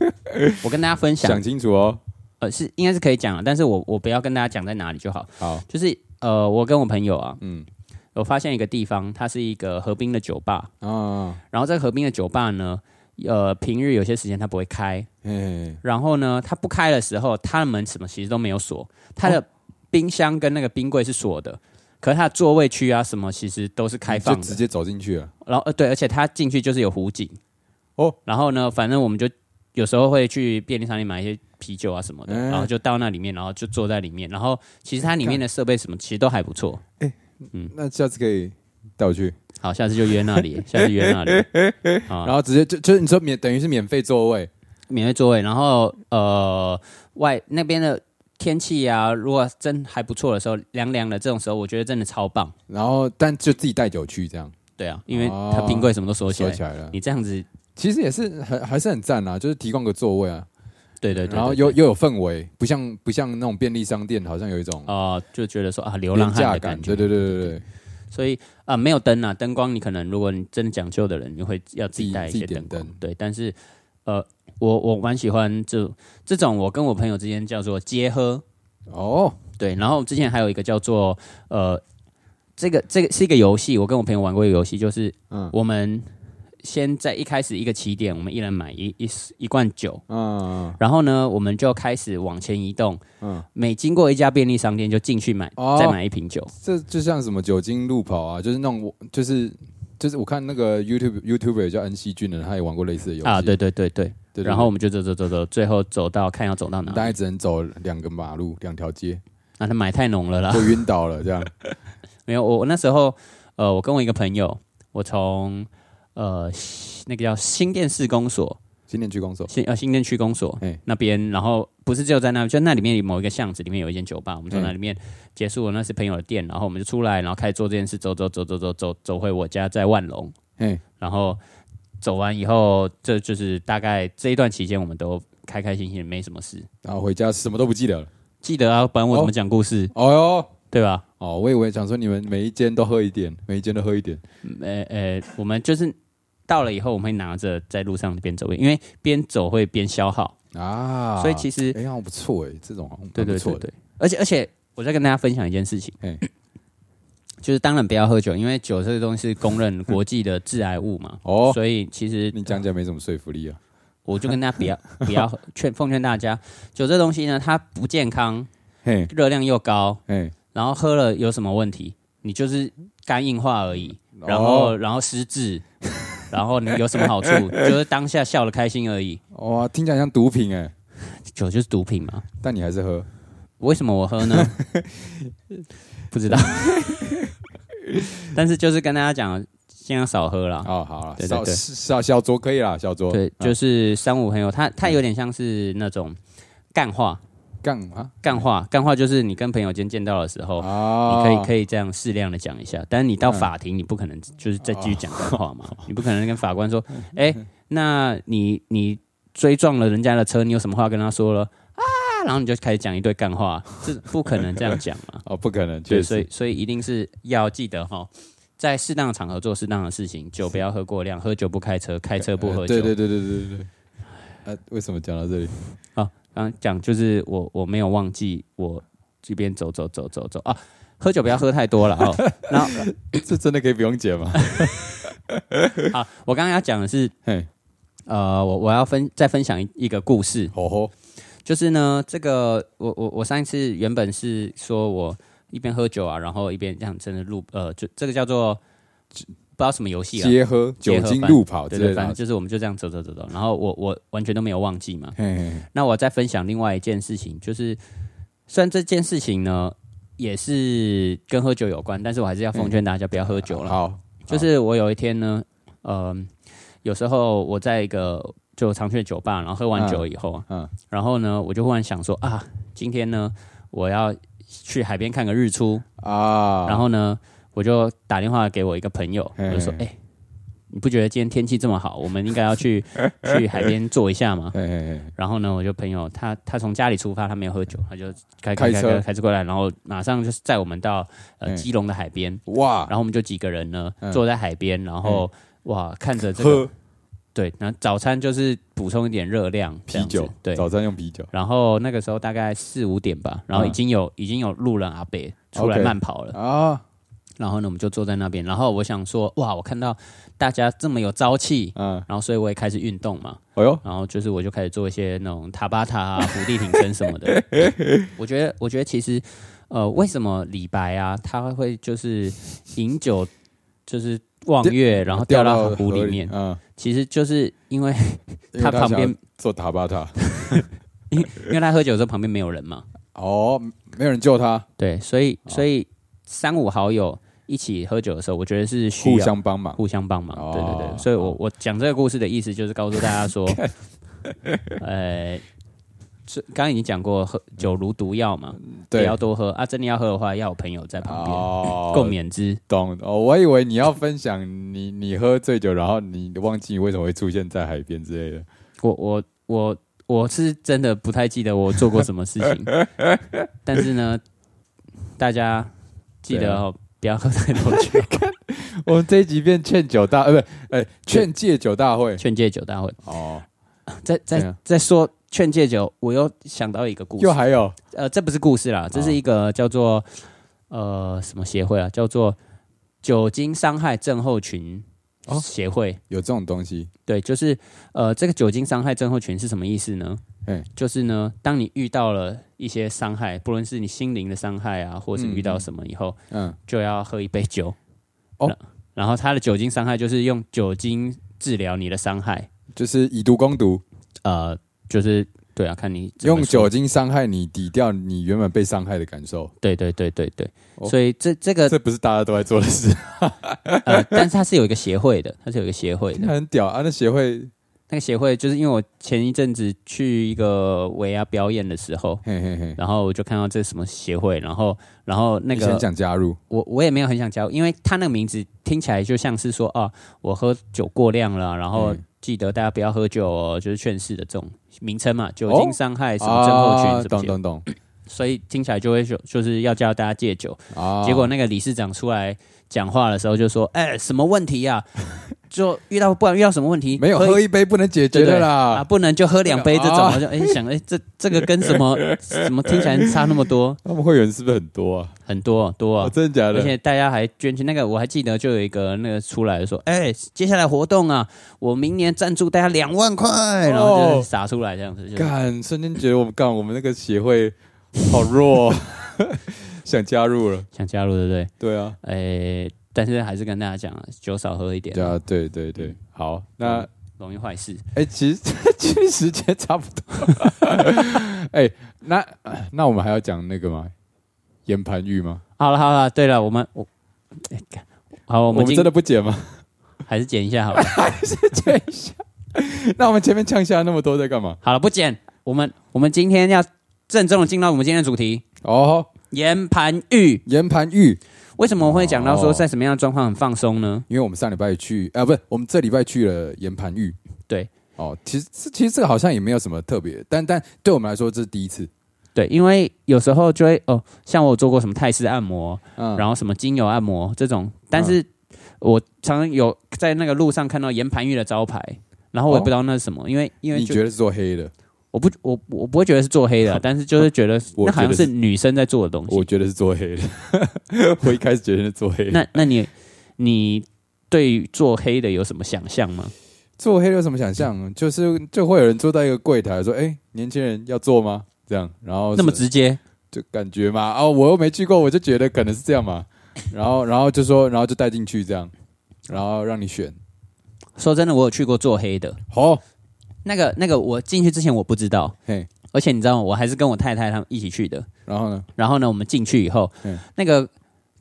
Speaker 1: 我跟大家分享
Speaker 2: 想，清楚哦，
Speaker 1: 呃，是应该是可以讲的，但是我我不要跟大家讲在哪里就好。
Speaker 2: 好，
Speaker 1: 就是呃，我跟我朋友啊，
Speaker 2: 嗯
Speaker 1: 我发现一个地方，它是一个河滨的酒吧，
Speaker 2: 啊，
Speaker 1: 然后这个河滨的酒吧呢，呃，平日有些时间它不会开，
Speaker 2: 哎，
Speaker 1: 然后呢，它不开的时候，它的门什么其实都没有锁，它
Speaker 2: 哦
Speaker 1: 的冰箱跟那个冰柜是锁的，可是它的座位区啊什么其实都是开放
Speaker 2: 就直
Speaker 1: 的。
Speaker 2: 接走进去了，
Speaker 1: 然后呃对，而且它进去就是有湖景
Speaker 2: 哦
Speaker 1: 哦，然后呢，反正我们就有时候会去便利商店买一些啤酒啊什么的，
Speaker 2: 嗯
Speaker 1: 然后就到那里面，然后就坐在里面，然后其实它里面的设备什么其实都还不错。
Speaker 2: 那下次可以带我去，
Speaker 1: 好，下次就约那里，下次约那里。啊
Speaker 2: 然后直接就就是你说免等于是免费座位，
Speaker 1: 免费座位，然后呃，外那边的天气啊，如果真还不错的时候，凉凉的这种时候，我觉得真的超棒。
Speaker 2: 然后但就自己带酒去这样，
Speaker 1: 对啊，因为
Speaker 2: 哦
Speaker 1: 它冰柜什么都锁起
Speaker 2: 收
Speaker 1: 来，
Speaker 2: 起来了。
Speaker 1: 你这样子，
Speaker 2: 其实也是很还是很赞啊，就是提供个座位啊，
Speaker 1: 对对对
Speaker 2: 然后
Speaker 1: 对
Speaker 2: 又又有氛围，不像不像那种便利商店，好像有一种
Speaker 1: 哦、就觉得说啊，流
Speaker 2: 廉
Speaker 1: 浪汉
Speaker 2: 价
Speaker 1: 的感觉，
Speaker 2: 对对对对对，
Speaker 1: 所以啊、呃没有灯啊，灯光你可能如果你真的讲究的人，你会要自己带一
Speaker 2: 自己
Speaker 1: 些
Speaker 2: 自己点
Speaker 1: 灯光
Speaker 2: 灯。
Speaker 1: 对，但是呃，我我蛮喜欢这这种，我跟我朋友之间叫做接喝。
Speaker 2: 哦，
Speaker 1: 对，然后之前还有一个叫做呃，这个这个是一个游戏，我跟我朋友玩过一个游戏，就是
Speaker 2: 嗯
Speaker 1: 我们先在一开始一个起点，我们一人买一一一罐酒，
Speaker 2: 嗯，
Speaker 1: 然后呢，我们就开始往前移动，
Speaker 2: 嗯
Speaker 1: 嗯，每经过一家便利商店就进去买，
Speaker 2: 哦
Speaker 1: 再买一瓶酒。
Speaker 2: 这就像什么酒精路跑啊，就是那种就是就是我看那个 YouTube YouTuber 叫恩熙俊的，他也玩过类似的游戏
Speaker 1: 啊，对对对对，
Speaker 2: 对，对
Speaker 1: 然后我啊们就走走走走，最后走到看要走到哪
Speaker 2: 大。概只能走两个马路两条街
Speaker 1: 那、他买太浓了啦
Speaker 2: 就，晕倒了这样，
Speaker 1: 没有我我那时候呃，我跟我一个朋友，我从呃西那个叫新店市公所
Speaker 2: 今天去公所
Speaker 1: 新呃新店区公所
Speaker 2: 哎
Speaker 1: 那边，然后不是只有在那，就那里面某一个巷子里面有一间酒吧，我们从
Speaker 2: 嗯
Speaker 1: 那里面结束了，那是朋友的店，然后我们就出来，然后开始做这件事，走走走走走走走回我家在万隆，
Speaker 2: 嘿
Speaker 1: 然后走完以后，这就是大概这一段期间，我们都开开心心，没什么事。
Speaker 2: 然后回家什么都不记得了，
Speaker 1: 记得啊，不然我怎么讲故事，
Speaker 2: 哦哟。
Speaker 1: 对吧？
Speaker 2: 哦，我以为想说你们每一间都喝一点，每一间都喝一点，
Speaker 1: 呃呃，我们就是到了以后，我们会拿着在路上边走，因为边走会边消耗，
Speaker 2: 啊，
Speaker 1: 所以其实
Speaker 2: 哎、好像不错哎、这种好像
Speaker 1: 对
Speaker 2: 蛮
Speaker 1: 对
Speaker 2: 不错
Speaker 1: 对
Speaker 2: 的。
Speaker 1: 对，而且而且我再跟大家分享一件事情
Speaker 2: 嘿，
Speaker 1: 就是当然不要喝酒，因为酒这个东西是公认国际的致癌物嘛。
Speaker 2: 哦，
Speaker 1: 所以其实
Speaker 2: 你讲起来没什么说服力啊。
Speaker 1: 我就跟大家不要不要喝劝奉劝大家，酒这东西呢，它不健康，
Speaker 2: 嘿，
Speaker 1: 热量又高，
Speaker 2: 嘿，
Speaker 1: 然后喝了有什么问题？你就是肝硬化而已，然后、
Speaker 2: 哦
Speaker 1: 然后失智， 然后你有什么好 处？就是当下笑得开心而已。
Speaker 2: 哦哇，听起来像毒品哎、
Speaker 1: 酒就是毒品嘛？
Speaker 2: 但你还是喝。
Speaker 1: 为什么我喝呢？不知道。但是就是跟大家讲，尽量少喝啦。
Speaker 2: 哦，嗯好了，
Speaker 1: 啊对对
Speaker 2: 少
Speaker 1: 对
Speaker 2: 少小酌可以啦，小酌。
Speaker 1: 对，就是是三五朋友，他他有点像是那种干话，
Speaker 2: 干啊
Speaker 1: 干话，干话就是你跟朋友间见到的时候，
Speaker 2: 啊
Speaker 1: 哦你可以可以这样适量的讲一下，但是你到法庭，你不可能就是再继续讲干话嘛，你不可能跟法官说，哎、那你你追撞了人家的车，你有什么话跟他说了啊？然后你就开始讲一堆干话，这不可能这样讲嘛。
Speaker 2: 哦，不可能，
Speaker 1: 对，
Speaker 2: 确
Speaker 1: 所
Speaker 2: 实
Speaker 1: 以所以一定是要记得哈，在适当的场合做适当的事情，酒不要喝过量，喝酒不开车，开车不喝
Speaker 2: 呃
Speaker 1: 酒。
Speaker 2: 对对对对对对对。 呃，为什么讲到这里？
Speaker 1: 刚刚讲就是我我没有忘记我这边走走走走走啊，喝酒不要喝太多了 哦。然后
Speaker 2: 这真的可以不用解吗？
Speaker 1: 好，我刚刚要讲的是
Speaker 2: 嘿，
Speaker 1: 呃，我我要分再分享一一个故事，
Speaker 2: 吼吼，
Speaker 1: 就是呢，这个我我我上一次原本是说我一边喝酒啊，然后一边这样真的录呃，就这个叫做不知道什么游戏啊，
Speaker 2: 结合酒
Speaker 1: 结合
Speaker 2: 精
Speaker 1: 饭
Speaker 2: 路跑
Speaker 1: 对
Speaker 2: 之类
Speaker 1: 对，
Speaker 2: 的
Speaker 1: 反
Speaker 2: 啊
Speaker 1: 正。就是我们就这样走走走走，然后我我完全都没有忘记嘛。
Speaker 2: 嘿，嘿嘿
Speaker 1: 那我再分享另外一件事情，就是虽然这件事情呢也是跟喝酒有关，但是我还是要奉劝大家不要喝酒了。
Speaker 2: 嗯好，
Speaker 1: 就是我有一天呢，呃，有时候我在一个就常去的酒吧，然后喝完酒以后啊，
Speaker 2: 嗯嗯
Speaker 1: 然后呢，我就忽然想说啊，今天呢我要去海边看个日出，
Speaker 2: 啊，
Speaker 1: 然后呢，我就打电话给我一个朋友，
Speaker 2: 嘿
Speaker 1: 我就说：“哎、
Speaker 2: 嘿
Speaker 1: 你不觉得今天天气这么好，我们应该要 去去海边坐一下吗
Speaker 2: 嘿嘿嘿，？”
Speaker 1: 然后呢，我就朋友他他从家里出发，他没有喝酒，他就开
Speaker 2: 开
Speaker 1: 开
Speaker 2: 车
Speaker 1: 开开车过来，然后马上就是载我们到呃
Speaker 2: 嗯
Speaker 1: 基隆的海边，
Speaker 2: 哇，
Speaker 1: 然后我们就几个人呢
Speaker 2: 啊嗯
Speaker 1: 坐在海边，然后哇看着这个
Speaker 2: 喝
Speaker 1: 对，然后早餐就是补充一点热量，这
Speaker 2: 啤
Speaker 1: 样子
Speaker 2: 酒，
Speaker 1: 对。
Speaker 2: 早餐用啤酒
Speaker 1: 然后那个时候大概四五点吧，然后已经有、已经有路人阿伯出来
Speaker 2: 嗯 OK
Speaker 1: 慢跑了，
Speaker 2: 啊，
Speaker 1: 然后呢，我们就坐在那边。然后我想说，哇，我看到大家这么有朝气，
Speaker 2: 嗯，
Speaker 1: 然后所以我也开始运动嘛。
Speaker 2: 哎呦，
Speaker 1: 然后就是我就开始做一些那种塔巴塔啊、伏地挺身什么 的。我觉得，我觉得其实，呃，为什么李白啊，他会就是饮酒，就是望月，然后掉到
Speaker 2: 河
Speaker 1: 湖里面，
Speaker 2: 嗯，
Speaker 1: 其实就是因为
Speaker 2: 因为
Speaker 1: 他旁
Speaker 2: 想要
Speaker 1: 边
Speaker 2: 做塔巴塔，
Speaker 1: 因为他喝酒的时候旁边没有人嘛，
Speaker 2: 哦，没有人救他，
Speaker 1: 对，所以所以三五好友一起喝酒的时候，我觉得是需
Speaker 2: 互
Speaker 1: 要
Speaker 2: 相帮忙，
Speaker 1: 互相帮忙。
Speaker 2: 哦
Speaker 1: 对对对，所以我我讲这个故事的意思就是告诉大家 说，呃，这刚刚已经讲过，喝酒如毒药嘛，不
Speaker 2: 嗯对
Speaker 1: 要，多喝啊。真的要喝的话，要有朋友在旁边
Speaker 2: 哦
Speaker 1: 共勉之。
Speaker 2: 懂哦，我以为你要分享你你喝醉酒，然后你忘记你为什么会出现在海边之类的。
Speaker 1: 我我我我是真的不太记得我做过什么事 情，但是呢，大家记
Speaker 2: 对
Speaker 1: 得
Speaker 2: 啊
Speaker 1: 哦，不要喝太多 酒，
Speaker 2: 我们这一集变劝酒大，呃，不，哎，劝戒酒大会。
Speaker 1: 劝戒酒大会。
Speaker 2: 哦，
Speaker 1: 再
Speaker 2: 对
Speaker 1: 再
Speaker 2: 啊
Speaker 1: 再说劝戒酒，我又想到一个故事
Speaker 2: 又。还有
Speaker 1: 呃，这不是故事啦，这
Speaker 2: 哦
Speaker 1: 是一个叫做、呃什么协会啊，叫做酒精伤害症候群
Speaker 2: 哦
Speaker 1: 协会。
Speaker 2: 有这种东西，
Speaker 1: 对，就是呃，这个酒精伤害症候群是什么意思呢？
Speaker 2: 嗯
Speaker 1: 就是呢，当你遇到了一些伤害，不论是你心灵的伤害啊，或是遇到什么以后，
Speaker 2: 嗯，
Speaker 1: 就要喝一杯酒。
Speaker 2: 哦
Speaker 1: 然，然后它的酒精伤害就是用酒精治疗你的伤害，
Speaker 2: 就是以毒攻毒，
Speaker 1: 呃，就是对啊，看你怎么
Speaker 2: 用
Speaker 1: 说
Speaker 2: 酒精伤害你，抵掉你原本被伤害的感受。
Speaker 1: 对对对对对，
Speaker 2: 哦
Speaker 1: 所以这这个
Speaker 2: 这不是大家都在做的事，
Speaker 1: 呃，但是它是有一个协会的，它是有一个协会的。
Speaker 2: 很屌啊！那协会，
Speaker 1: 那个协会就是因为我前一阵子去一个维亚表演的时候，
Speaker 2: 嘿嘿嘿，
Speaker 1: 然后我就看到这什么协会，然后然后那
Speaker 2: 你想
Speaker 1: 个
Speaker 2: 想加入，
Speaker 1: 我我也没有很想加入，因为他那个名字听起来就像是说啊，我喝酒过量了，然后
Speaker 2: 嗯
Speaker 1: 记得大家不要喝酒哦，就是劝世的这种名称嘛，酒
Speaker 2: 哦
Speaker 1: 精伤害哎什么症候群什
Speaker 2: 啊
Speaker 1: 么
Speaker 2: 懂
Speaker 1: 协会，
Speaker 2: 懂懂
Speaker 1: 所以听起来就会说就是要叫大家戒酒。
Speaker 2: 啊！
Speaker 1: 结果那个理事长出来讲话的时候就说：“哎、什么问题呀、 就遇到不管遇到什么问题，
Speaker 2: 没有喝一杯不能解决的
Speaker 1: 对啊，
Speaker 2: 啦，
Speaker 1: 不能就喝两杯这种。
Speaker 2: 啊
Speaker 1: 我就哎、想哎、这这个跟什 么什么听起来差那么多，
Speaker 2: 他们会员是不是很多啊？
Speaker 1: 很多多、
Speaker 2: 哦，
Speaker 1: 啊。
Speaker 2: 真的假
Speaker 1: 而
Speaker 2: 的？
Speaker 1: 且大家还捐钱，那个我还记得，就有一个那个出来说：“哎、接下来活动啊，我明年赞助大家两万块。”
Speaker 2: 哦
Speaker 1: 然后就是撒出来这样子，就
Speaker 2: 干，瞬间觉得我们干我们那个协会好弱 哦，想加入了。
Speaker 1: 想加入对不对？
Speaker 2: 对啊，
Speaker 1: 哎、但是还是跟大家讲啊，酒少喝一点
Speaker 2: 对，啊，对对对，好，那
Speaker 1: 嗯容易坏事。
Speaker 2: 哎、其实 其实时间差不多。 哎、那那我们还要讲那个吗？岩盘浴吗？
Speaker 1: 好了好了，对了，我们我、哎干好，我
Speaker 2: 我
Speaker 1: 们
Speaker 2: 们
Speaker 1: 今
Speaker 2: 真的不解 吗？
Speaker 1: 还是剪一下好 了。
Speaker 2: 解一下。那我们前面呛下那么多在干嘛？
Speaker 1: 好了，不剪。我们我们今天要郑重的进到我们今天的主题
Speaker 2: 哦，
Speaker 1: ——岩盘浴。
Speaker 2: 岩盘浴，
Speaker 1: 为什么我会讲到说
Speaker 2: 哦
Speaker 1: 在什么样的状况很放松呢？
Speaker 2: 因为我们上礼拜去啊，不是我们这礼拜去了岩盘浴。
Speaker 1: 对
Speaker 2: 哦，其实其实这个好像也没有什么特别，但但对我们来说这是第一次。
Speaker 1: 对，因为有时候就会哦，像我有做过什么泰式按摩，
Speaker 2: 嗯，
Speaker 1: 然后什么精油按摩这种，但是我常常有在那个路上看到岩盘浴的招牌，然后我也不知道那是什么，因为因为
Speaker 2: 你
Speaker 1: 就
Speaker 2: 觉得是做黑的，
Speaker 1: 我不我我不会觉得是做黑的，但是就是觉得
Speaker 2: 我
Speaker 1: 那好
Speaker 2: 觉
Speaker 1: 像
Speaker 2: 得
Speaker 1: 是女生在做的东
Speaker 2: 我
Speaker 1: 西。
Speaker 2: 觉得是做黑的。 我一开始觉得是做黑的。
Speaker 1: 那那你你对于做黑的有什么想象吗？
Speaker 2: 做黑有什么想
Speaker 1: 嗯
Speaker 2: 象？就是就会有人坐在一个柜台说：“哎、年轻人要做吗？”这样，然后
Speaker 1: 那么
Speaker 2: 哦是
Speaker 1: 直接，
Speaker 2: 就感觉嘛，哦，我又没去过，我就觉得可能是这样嘛。然后，然后就说，然后就带进去这样，然后让你选。
Speaker 1: 说真的，我有去过做黑的，
Speaker 2: 好、
Speaker 1: 那个那个我进去之前我不知道，
Speaker 2: 嘿，
Speaker 1: 而且你知道吗我还是跟我太太他们一起去的。
Speaker 2: 然后呢？
Speaker 1: 然后呢，我们进去以后
Speaker 2: 嗯，
Speaker 1: 那个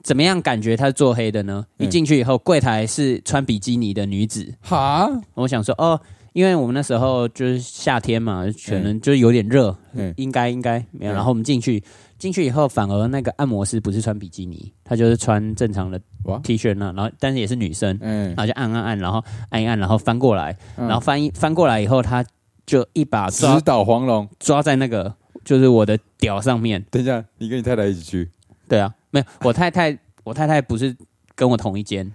Speaker 1: 怎么样感觉她是做黑的呢？
Speaker 2: 嗯
Speaker 1: 一进去以后，柜台是穿比基尼的女子，
Speaker 2: 哈，
Speaker 1: 我想说哦，因为我们那时候就是夏天嘛，可能就是有点热，
Speaker 2: 嗯
Speaker 1: 应该应该没有。
Speaker 2: 嗯
Speaker 1: 然后我们进去，进去以后反而那个按摩师不是穿比基尼，他就是穿正常的
Speaker 2: 哇
Speaker 1: T 恤那，然后但是也是女生，
Speaker 2: 嗯
Speaker 1: 然，后就按按按，然后按一按，然后翻过来，
Speaker 2: 嗯
Speaker 1: 然后翻一翻过来以后，他就一把抓
Speaker 2: 直捣黄龙。
Speaker 1: 抓在那个就是我的屌上面，
Speaker 2: 等一下，你跟你太太一起去，
Speaker 1: 对啊，没有，我太太，我太太不是跟我同一间，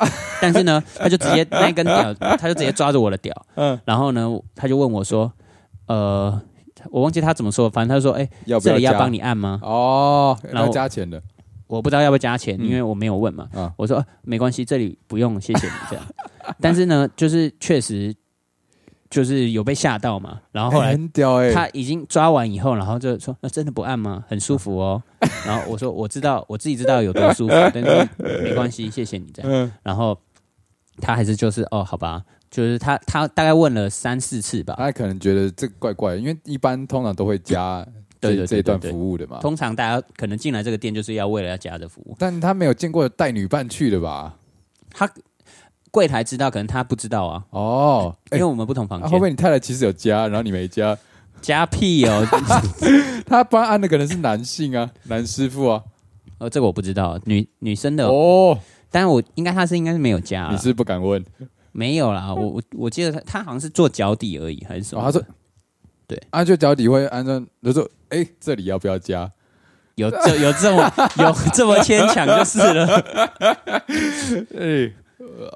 Speaker 1: 但是呢，她就直接那一根屌，她就直接抓着我的屌，
Speaker 2: 嗯
Speaker 1: 然后呢，她就问我说，呃，我忘记她怎么说，反正她说，哎、
Speaker 2: 要不
Speaker 1: 这
Speaker 2: 要
Speaker 1: 里
Speaker 2: 加？
Speaker 1: 要帮你按吗？
Speaker 2: 哦，
Speaker 1: 然后
Speaker 2: 要加钱的。
Speaker 1: 我不知道要不要加钱，
Speaker 2: 嗯
Speaker 1: 因为我没有问嘛。
Speaker 2: 啊
Speaker 1: 我说、呃没关系，这里不用，谢谢你这样。 但是呢，就是确实就是有被吓到嘛，然后后
Speaker 2: 哎
Speaker 1: 来
Speaker 2: 很屌哎、
Speaker 1: 他已经抓完以后，然后就说：“那真的不按吗？很舒服哦。”
Speaker 2: 啊
Speaker 1: 然后我说：“我知道，我自己知道有多舒服，但是没关系，谢谢你这样。
Speaker 2: 嗯，
Speaker 1: 然后他还是就是哦，好吧，就是他他大概问了三四次吧，
Speaker 2: 他可能觉得这个怪怪的，因为一般通常都会加这
Speaker 1: 对对对
Speaker 2: 这一段
Speaker 1: 对对
Speaker 2: 服务的嘛。
Speaker 1: 通常大家可能进来这个店就是要为了要加的服务，
Speaker 2: 但他没有见过带女伴去的吧？
Speaker 1: 他柜台知道，可能他不知道啊，
Speaker 2: 哦，哎
Speaker 1: 因为我们不同房
Speaker 2: 啊、
Speaker 1: 间，
Speaker 2: 会不会你太太其实有加，然后你没加？
Speaker 1: 加屁 哦，
Speaker 2: 他帮他按的可能是男性啊，男师傅啊。
Speaker 1: 呃，这个我不知道，女女生的，
Speaker 2: 哦，
Speaker 1: 但是我应该他是应该是没有加
Speaker 2: 你
Speaker 1: 啦，
Speaker 2: 是不敢问。
Speaker 1: 没有啦，我我我记得他他好像是做脚底而已还是什
Speaker 2: 然
Speaker 1: 么
Speaker 2: 后
Speaker 1: 的，
Speaker 2: 哦他说，
Speaker 1: 对，
Speaker 2: 啊，就脚底会安装，就说，哎、这里要不要加？
Speaker 1: 有这有这么有这么牵强就是了。
Speaker 2: 哎、呃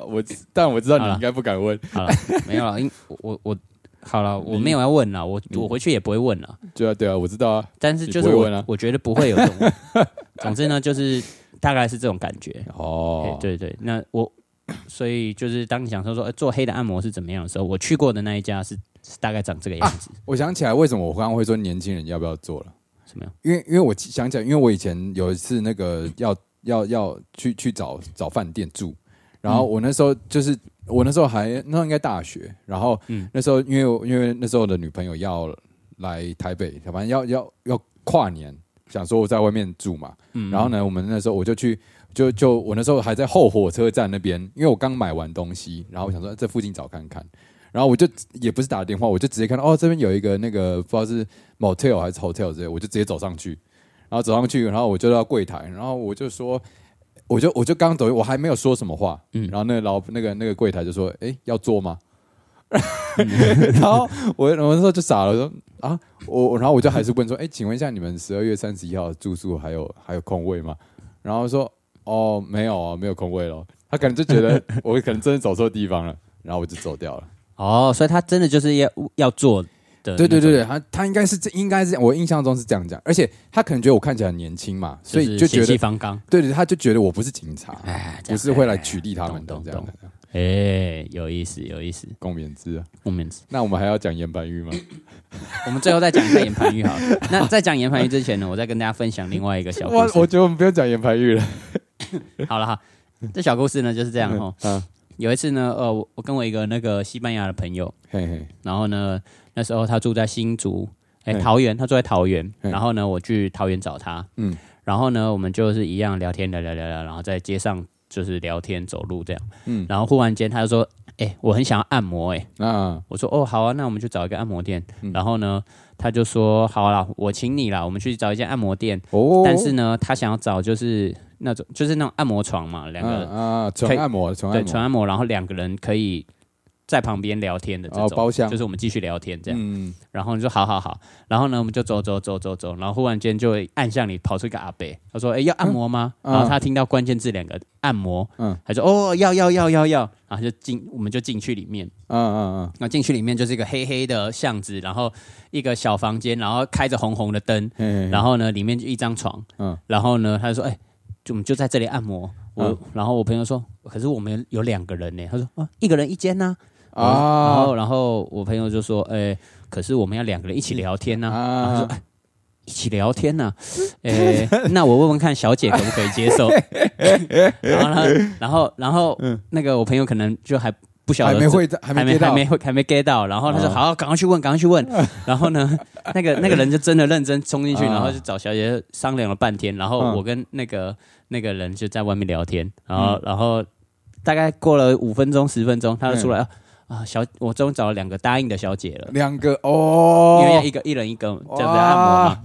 Speaker 2: 我但我知道
Speaker 1: 好
Speaker 2: 你
Speaker 1: 了
Speaker 2: 应该不敢问，
Speaker 1: 好了，没有了，因我我好了，我没有要问了，我我回去也不会问了。
Speaker 2: 对啊，对啊，我知道啊。
Speaker 1: 但是就是
Speaker 2: 你不会
Speaker 1: 我、
Speaker 2: 问啊
Speaker 1: 我觉得不会有这种，总之呢，就是大概是这种感觉。
Speaker 2: 哦
Speaker 1: 对对对，那我所以就是当你想说说、呃做黑的按摩是怎么样的时候，我去过的那一家是是大概长这个样子，
Speaker 2: 我想起来，为什么我刚刚会说年轻人要不要做了？
Speaker 1: 什么样？
Speaker 2: 因为因为我想起来，因为我以前有一次那个要要要去去找找饭店住，然
Speaker 1: 嗯
Speaker 2: 后我那时候就是我那时候还那时候应该大学，然后
Speaker 1: 嗯
Speaker 2: 那时候因为我因为那时候的女朋友要来台北，反正要要要跨年，想说我在外面住嘛，
Speaker 1: 嗯
Speaker 2: 然后呢，我们那时候我就去，就就我那时候还在后火车站那边，因为我刚买完东西，然后我想说这附近找看看，然后我就也不是打电话，我就直接看到哦这边有一个那个不知道是 motel 还是 hotel 之类，我就直接走上去，然后走上去，然后我就到柜台，然后我就说，我就我就刚走，我还没有说什么话，
Speaker 1: 嗯
Speaker 2: 然后那个老那个那个柜台就说，哎要做吗？然后我我那时候就傻了，我说啊，我我然后我就还是问说，哎、请问一下你们十二月三十一号的住宿还有 还有空位吗？然后说哦，没有啊，没有空位咯。他可能就觉得 我可能真的走错地方了，然后我就走掉了。
Speaker 1: 哦，所以他真的就是要要做的，
Speaker 2: 对对对，对，他他应该是这应该是我印象中是这样讲，而且他可能觉得我看起来很年轻嘛，所以
Speaker 1: 就
Speaker 2: 就是
Speaker 1: 血
Speaker 2: 觉
Speaker 1: 气
Speaker 2: 得
Speaker 1: 方刚，
Speaker 2: 对对，他就觉得我不是警察，
Speaker 1: 哎，这
Speaker 2: 不
Speaker 1: 样
Speaker 2: 是会来取缔他
Speaker 1: 懂
Speaker 2: 们的
Speaker 1: 懂
Speaker 2: 这样
Speaker 1: 懂
Speaker 2: 的，
Speaker 1: 哎、有意思，有意思。
Speaker 2: 共勉之啊。
Speaker 1: 我 们
Speaker 2: 那我们还要讲岩板 浴吗？
Speaker 1: 我们最后再讲一下岩盘浴好 了。那在讲岩盘浴之前呢，我再跟大家分享另外一个小故
Speaker 2: 我
Speaker 1: 事。
Speaker 2: 我觉得我们不用讲岩板浴了。
Speaker 1: 好了哈，这小故事呢就是这样哦。
Speaker 2: 嗯，
Speaker 1: 有一次呢，呃，我我跟我一个那个西班牙的朋友，
Speaker 2: 嘿嘿，
Speaker 1: 然后呢，那时候他住在新竹，哎、
Speaker 2: 嗯
Speaker 1: 桃园，他住在桃园，
Speaker 2: 嗯
Speaker 1: 然后呢，我去桃园找他，嗯
Speaker 2: 嗯，
Speaker 1: 然后呢，我们就是一样聊天，聊聊聊聊，然后在街上就是聊天走路这样，嗯
Speaker 2: 嗯，
Speaker 1: 然后忽然间他就说，哎、我很想要按摩、哎，
Speaker 2: 那
Speaker 1: 我说哦好啊，那我们去找一个按摩店。
Speaker 2: 嗯
Speaker 1: 然后呢，他就说好啦，我请你啦，我们去找一间按摩店。
Speaker 2: 哦，
Speaker 1: 但是呢，他想要找就是那种就是那种按摩床嘛，两个、
Speaker 2: 嗯啊，纯
Speaker 1: 可以
Speaker 2: 按摩，纯
Speaker 1: 对
Speaker 2: 按摩
Speaker 1: 纯，按摩，然后两个人可以在旁边聊天的这
Speaker 2: 哦
Speaker 1: 种，
Speaker 2: 包厢
Speaker 1: 就是我们继续聊天这样。
Speaker 2: 嗯，
Speaker 1: 然后你说好好好，然后呢我们就走走走走走，然后忽然间就暗巷里跑出一个阿伯，他说：“哎，要按摩吗？”
Speaker 2: 嗯
Speaker 1: 然后他听到关键字两个按摩，
Speaker 2: 嗯
Speaker 1: 嗯，他说：“哦，要要要要要。”然后就进，我们就进去里面。
Speaker 2: 嗯嗯
Speaker 1: 那进去里面就是一个黑黑的巷子，然后一个小房间，然后开着红红的灯，
Speaker 2: 嗯，
Speaker 1: 然
Speaker 2: 后
Speaker 1: 后呢里面就一张床，
Speaker 2: 嗯
Speaker 1: 嗯，然后呢他就说：“哎，就我们就在这里按摩。”我
Speaker 2: 嗯，
Speaker 1: 然后我朋友说：“可是我们有两个人呢。”他说：“啊，一个人一间呐。”然
Speaker 2: 啊
Speaker 1: 后，然后我朋友就说：“哎、可是我们要两个人一起聊天呢、然后说哎
Speaker 2: 啊，
Speaker 1: 一起聊天 呢、哎、那我问问看，小姐可不可以接受？”然后呢，然后，然后，那个我朋友可能就还不晓
Speaker 2: 嗯还
Speaker 1: 得
Speaker 2: 没
Speaker 1: 这
Speaker 2: 会还
Speaker 1: 还
Speaker 2: 没接
Speaker 1: 还
Speaker 2: 到，
Speaker 1: 没会还没 get 到，然后他说
Speaker 2: 啊
Speaker 1: 好，赶快去问，赶快去 问。然后呢，那个那个人就真的认真冲进去，
Speaker 2: 啊
Speaker 1: 然后就找小姐商量了半天，然后
Speaker 2: 嗯
Speaker 1: 我跟那个那个人就在外面聊天，然
Speaker 2: 嗯
Speaker 1: 后然后大概过了五分钟十分钟，他就出
Speaker 2: 嗯
Speaker 1: 来啊啊，小我终于找了两个答应的小姐了。
Speaker 2: 两个
Speaker 1: 因
Speaker 2: 哦，
Speaker 1: 为要一个一人一个这样子按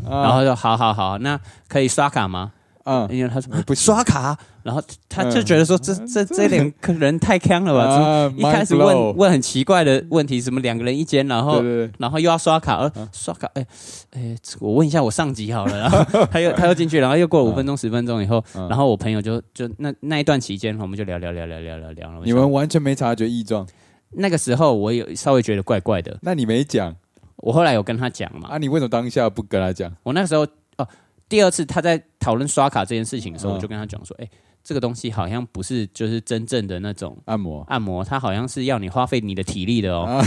Speaker 1: 摩嘛，然后就好好好，那可以刷卡吗？
Speaker 2: 嗯，
Speaker 1: 因为他说
Speaker 2: 不
Speaker 1: 刷卡，然后他就
Speaker 2: 嗯
Speaker 1: 觉得说这这这两个人太坑了吧，怎么
Speaker 2: 啊
Speaker 1: 一开始
Speaker 2: mind
Speaker 1: 问
Speaker 2: blow
Speaker 1: 问很奇怪的问题，什么两个人一间，然后
Speaker 2: 对啊对对，
Speaker 1: 然后又要刷卡，呃，刷卡，哎哎，这个我问一下我上级好了，然
Speaker 2: 啊
Speaker 1: 后 他又他又进去，然后又过了五分钟十分钟以后，
Speaker 2: 嗯
Speaker 1: 然后我朋友就就那那一段期间，我们就聊聊聊聊聊聊聊，然后我
Speaker 2: 你
Speaker 1: 就
Speaker 2: 们完全没察觉异状，
Speaker 1: 那个时候我有稍微觉得怪怪的，
Speaker 2: 那你没讲
Speaker 1: 我后来有跟他讲嘛，
Speaker 2: 啊？你为什么当下不跟他讲？
Speaker 1: 我那时候哦，第二次他在讨论刷卡这件事情的时候，
Speaker 2: 嗯
Speaker 1: 我就跟他讲说，哎，这个东西好像不是就是真正的那种
Speaker 2: 按摩，
Speaker 1: 按摩，它好像是要你花费你的体力的哦。
Speaker 2: 啊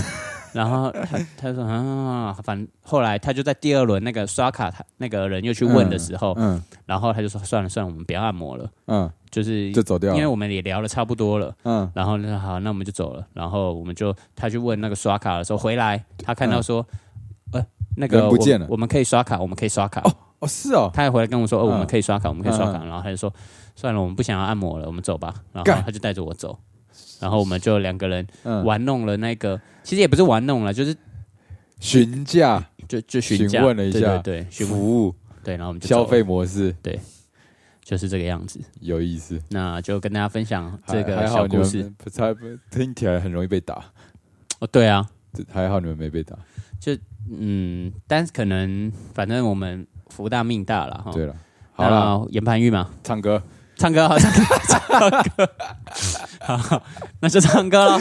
Speaker 1: 然后他他说啊，反后来他就在第二轮那个刷卡他那个人又去问的时候，
Speaker 2: 嗯
Speaker 1: 然后他就说算了算了，我们不要按摩了，
Speaker 2: 嗯，
Speaker 1: 就是
Speaker 2: 就走掉
Speaker 1: 因为
Speaker 2: 了，
Speaker 1: 我们也聊了差不多了。
Speaker 2: 嗯
Speaker 1: 然后他说好，那我们就走了。然后我们就他去问那个刷卡的时候回来，他看到说，呃，那个
Speaker 2: 嗯人不见了
Speaker 1: 我我们可以刷卡，我们可以刷卡。
Speaker 2: 哦是哦，
Speaker 1: 他还回来跟我说，哦，
Speaker 2: 嗯
Speaker 1: 我们可以刷卡，我们可以刷卡。
Speaker 2: 嗯
Speaker 1: 然后他就说，算了，我们不想要按摩了，我们走吧。然后
Speaker 2: 干
Speaker 1: 他就带着我走，然后我们就两个人
Speaker 2: 嗯，
Speaker 1: 玩弄了那个，其实也不是玩弄了，就是
Speaker 2: 询价
Speaker 1: 就就询价
Speaker 2: 询问了一下
Speaker 1: 对对对，询问
Speaker 2: 服务
Speaker 1: 对，然后我们就走了
Speaker 2: 消费模式
Speaker 1: 就是这个样子。
Speaker 2: 有意思，
Speaker 1: 那就跟大家分享
Speaker 2: 还
Speaker 1: 这个
Speaker 2: 还
Speaker 1: 小
Speaker 2: 好你
Speaker 1: 故事
Speaker 2: 们不才不听起来很容易被打，
Speaker 1: 哦，对啊，
Speaker 2: 这还好你们没被打。
Speaker 1: 哦嗯，但是可能反正我们福大命大了哈。
Speaker 2: 对了，好
Speaker 1: 那
Speaker 2: 了，
Speaker 1: 研盘玉嘛，
Speaker 2: 唱歌，
Speaker 1: 唱歌啊好，唱歌，唱歌， 好，那就唱歌了。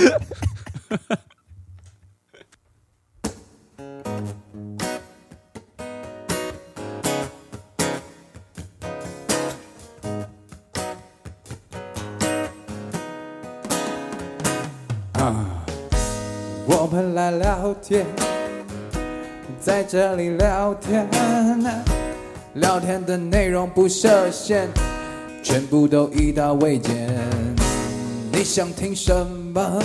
Speaker 2: 我们来聊天，在这里聊天，聊天的内容不设限，全部都一刀未剪。你想听什么，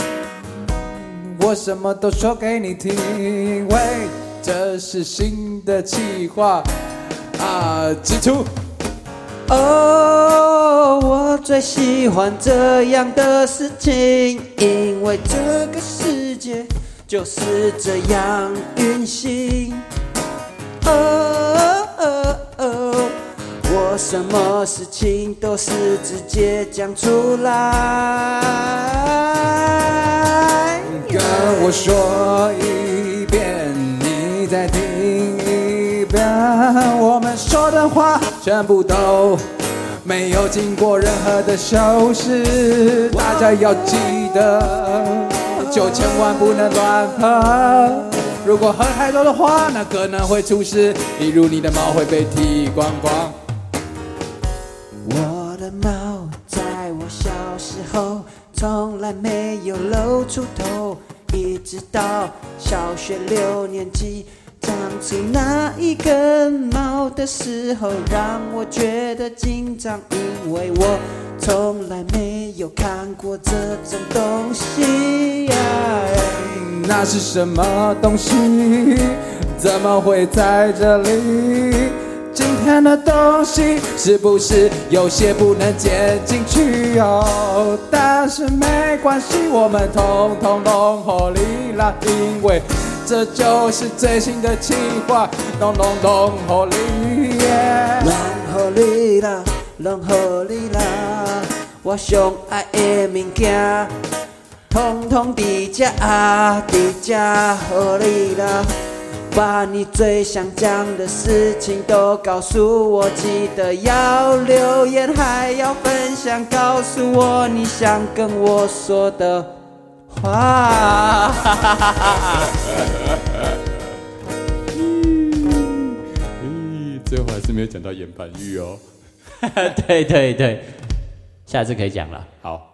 Speaker 2: 我什么都说给你听。喂，这是新的计划啊，基础。
Speaker 3: 哦，我最喜欢这样的事情，因为这个世界就是这样运行。哦哦哦，我什么事情都是直接讲出 来。
Speaker 2: 跟我说一遍，你再听一遍，我们说的话全部都没有经过任何的修饰，大家要记得，酒千万不能乱喝。如果喝太多的话，那可能会出事，例如你的毛会被剃光光。
Speaker 3: 我的猫在我小时候从来没有露出头，一直到小学六年级长出那一根毛的时候，让我觉得紧张，因为我从来没有看过这种东西呀、
Speaker 2: 那是什么东西？怎么会在这里？今天的东西是不是有些不能剪进去哦？但是没关系，我们统统拢合理啦，因为这就是最新的计划，拢拢拢合理耶。
Speaker 3: 拢乎你啦，拢乎你啦，我上爱的物件，通通迪迦啊，迪迦合理啦。把你最想讲的事情都告诉我，记得要留言，还要分享，告诉我你想跟我说的话。
Speaker 2: 咦，最后还是没有讲到岩盘浴哦。
Speaker 1: 对对对，下次可以讲了。
Speaker 2: 好，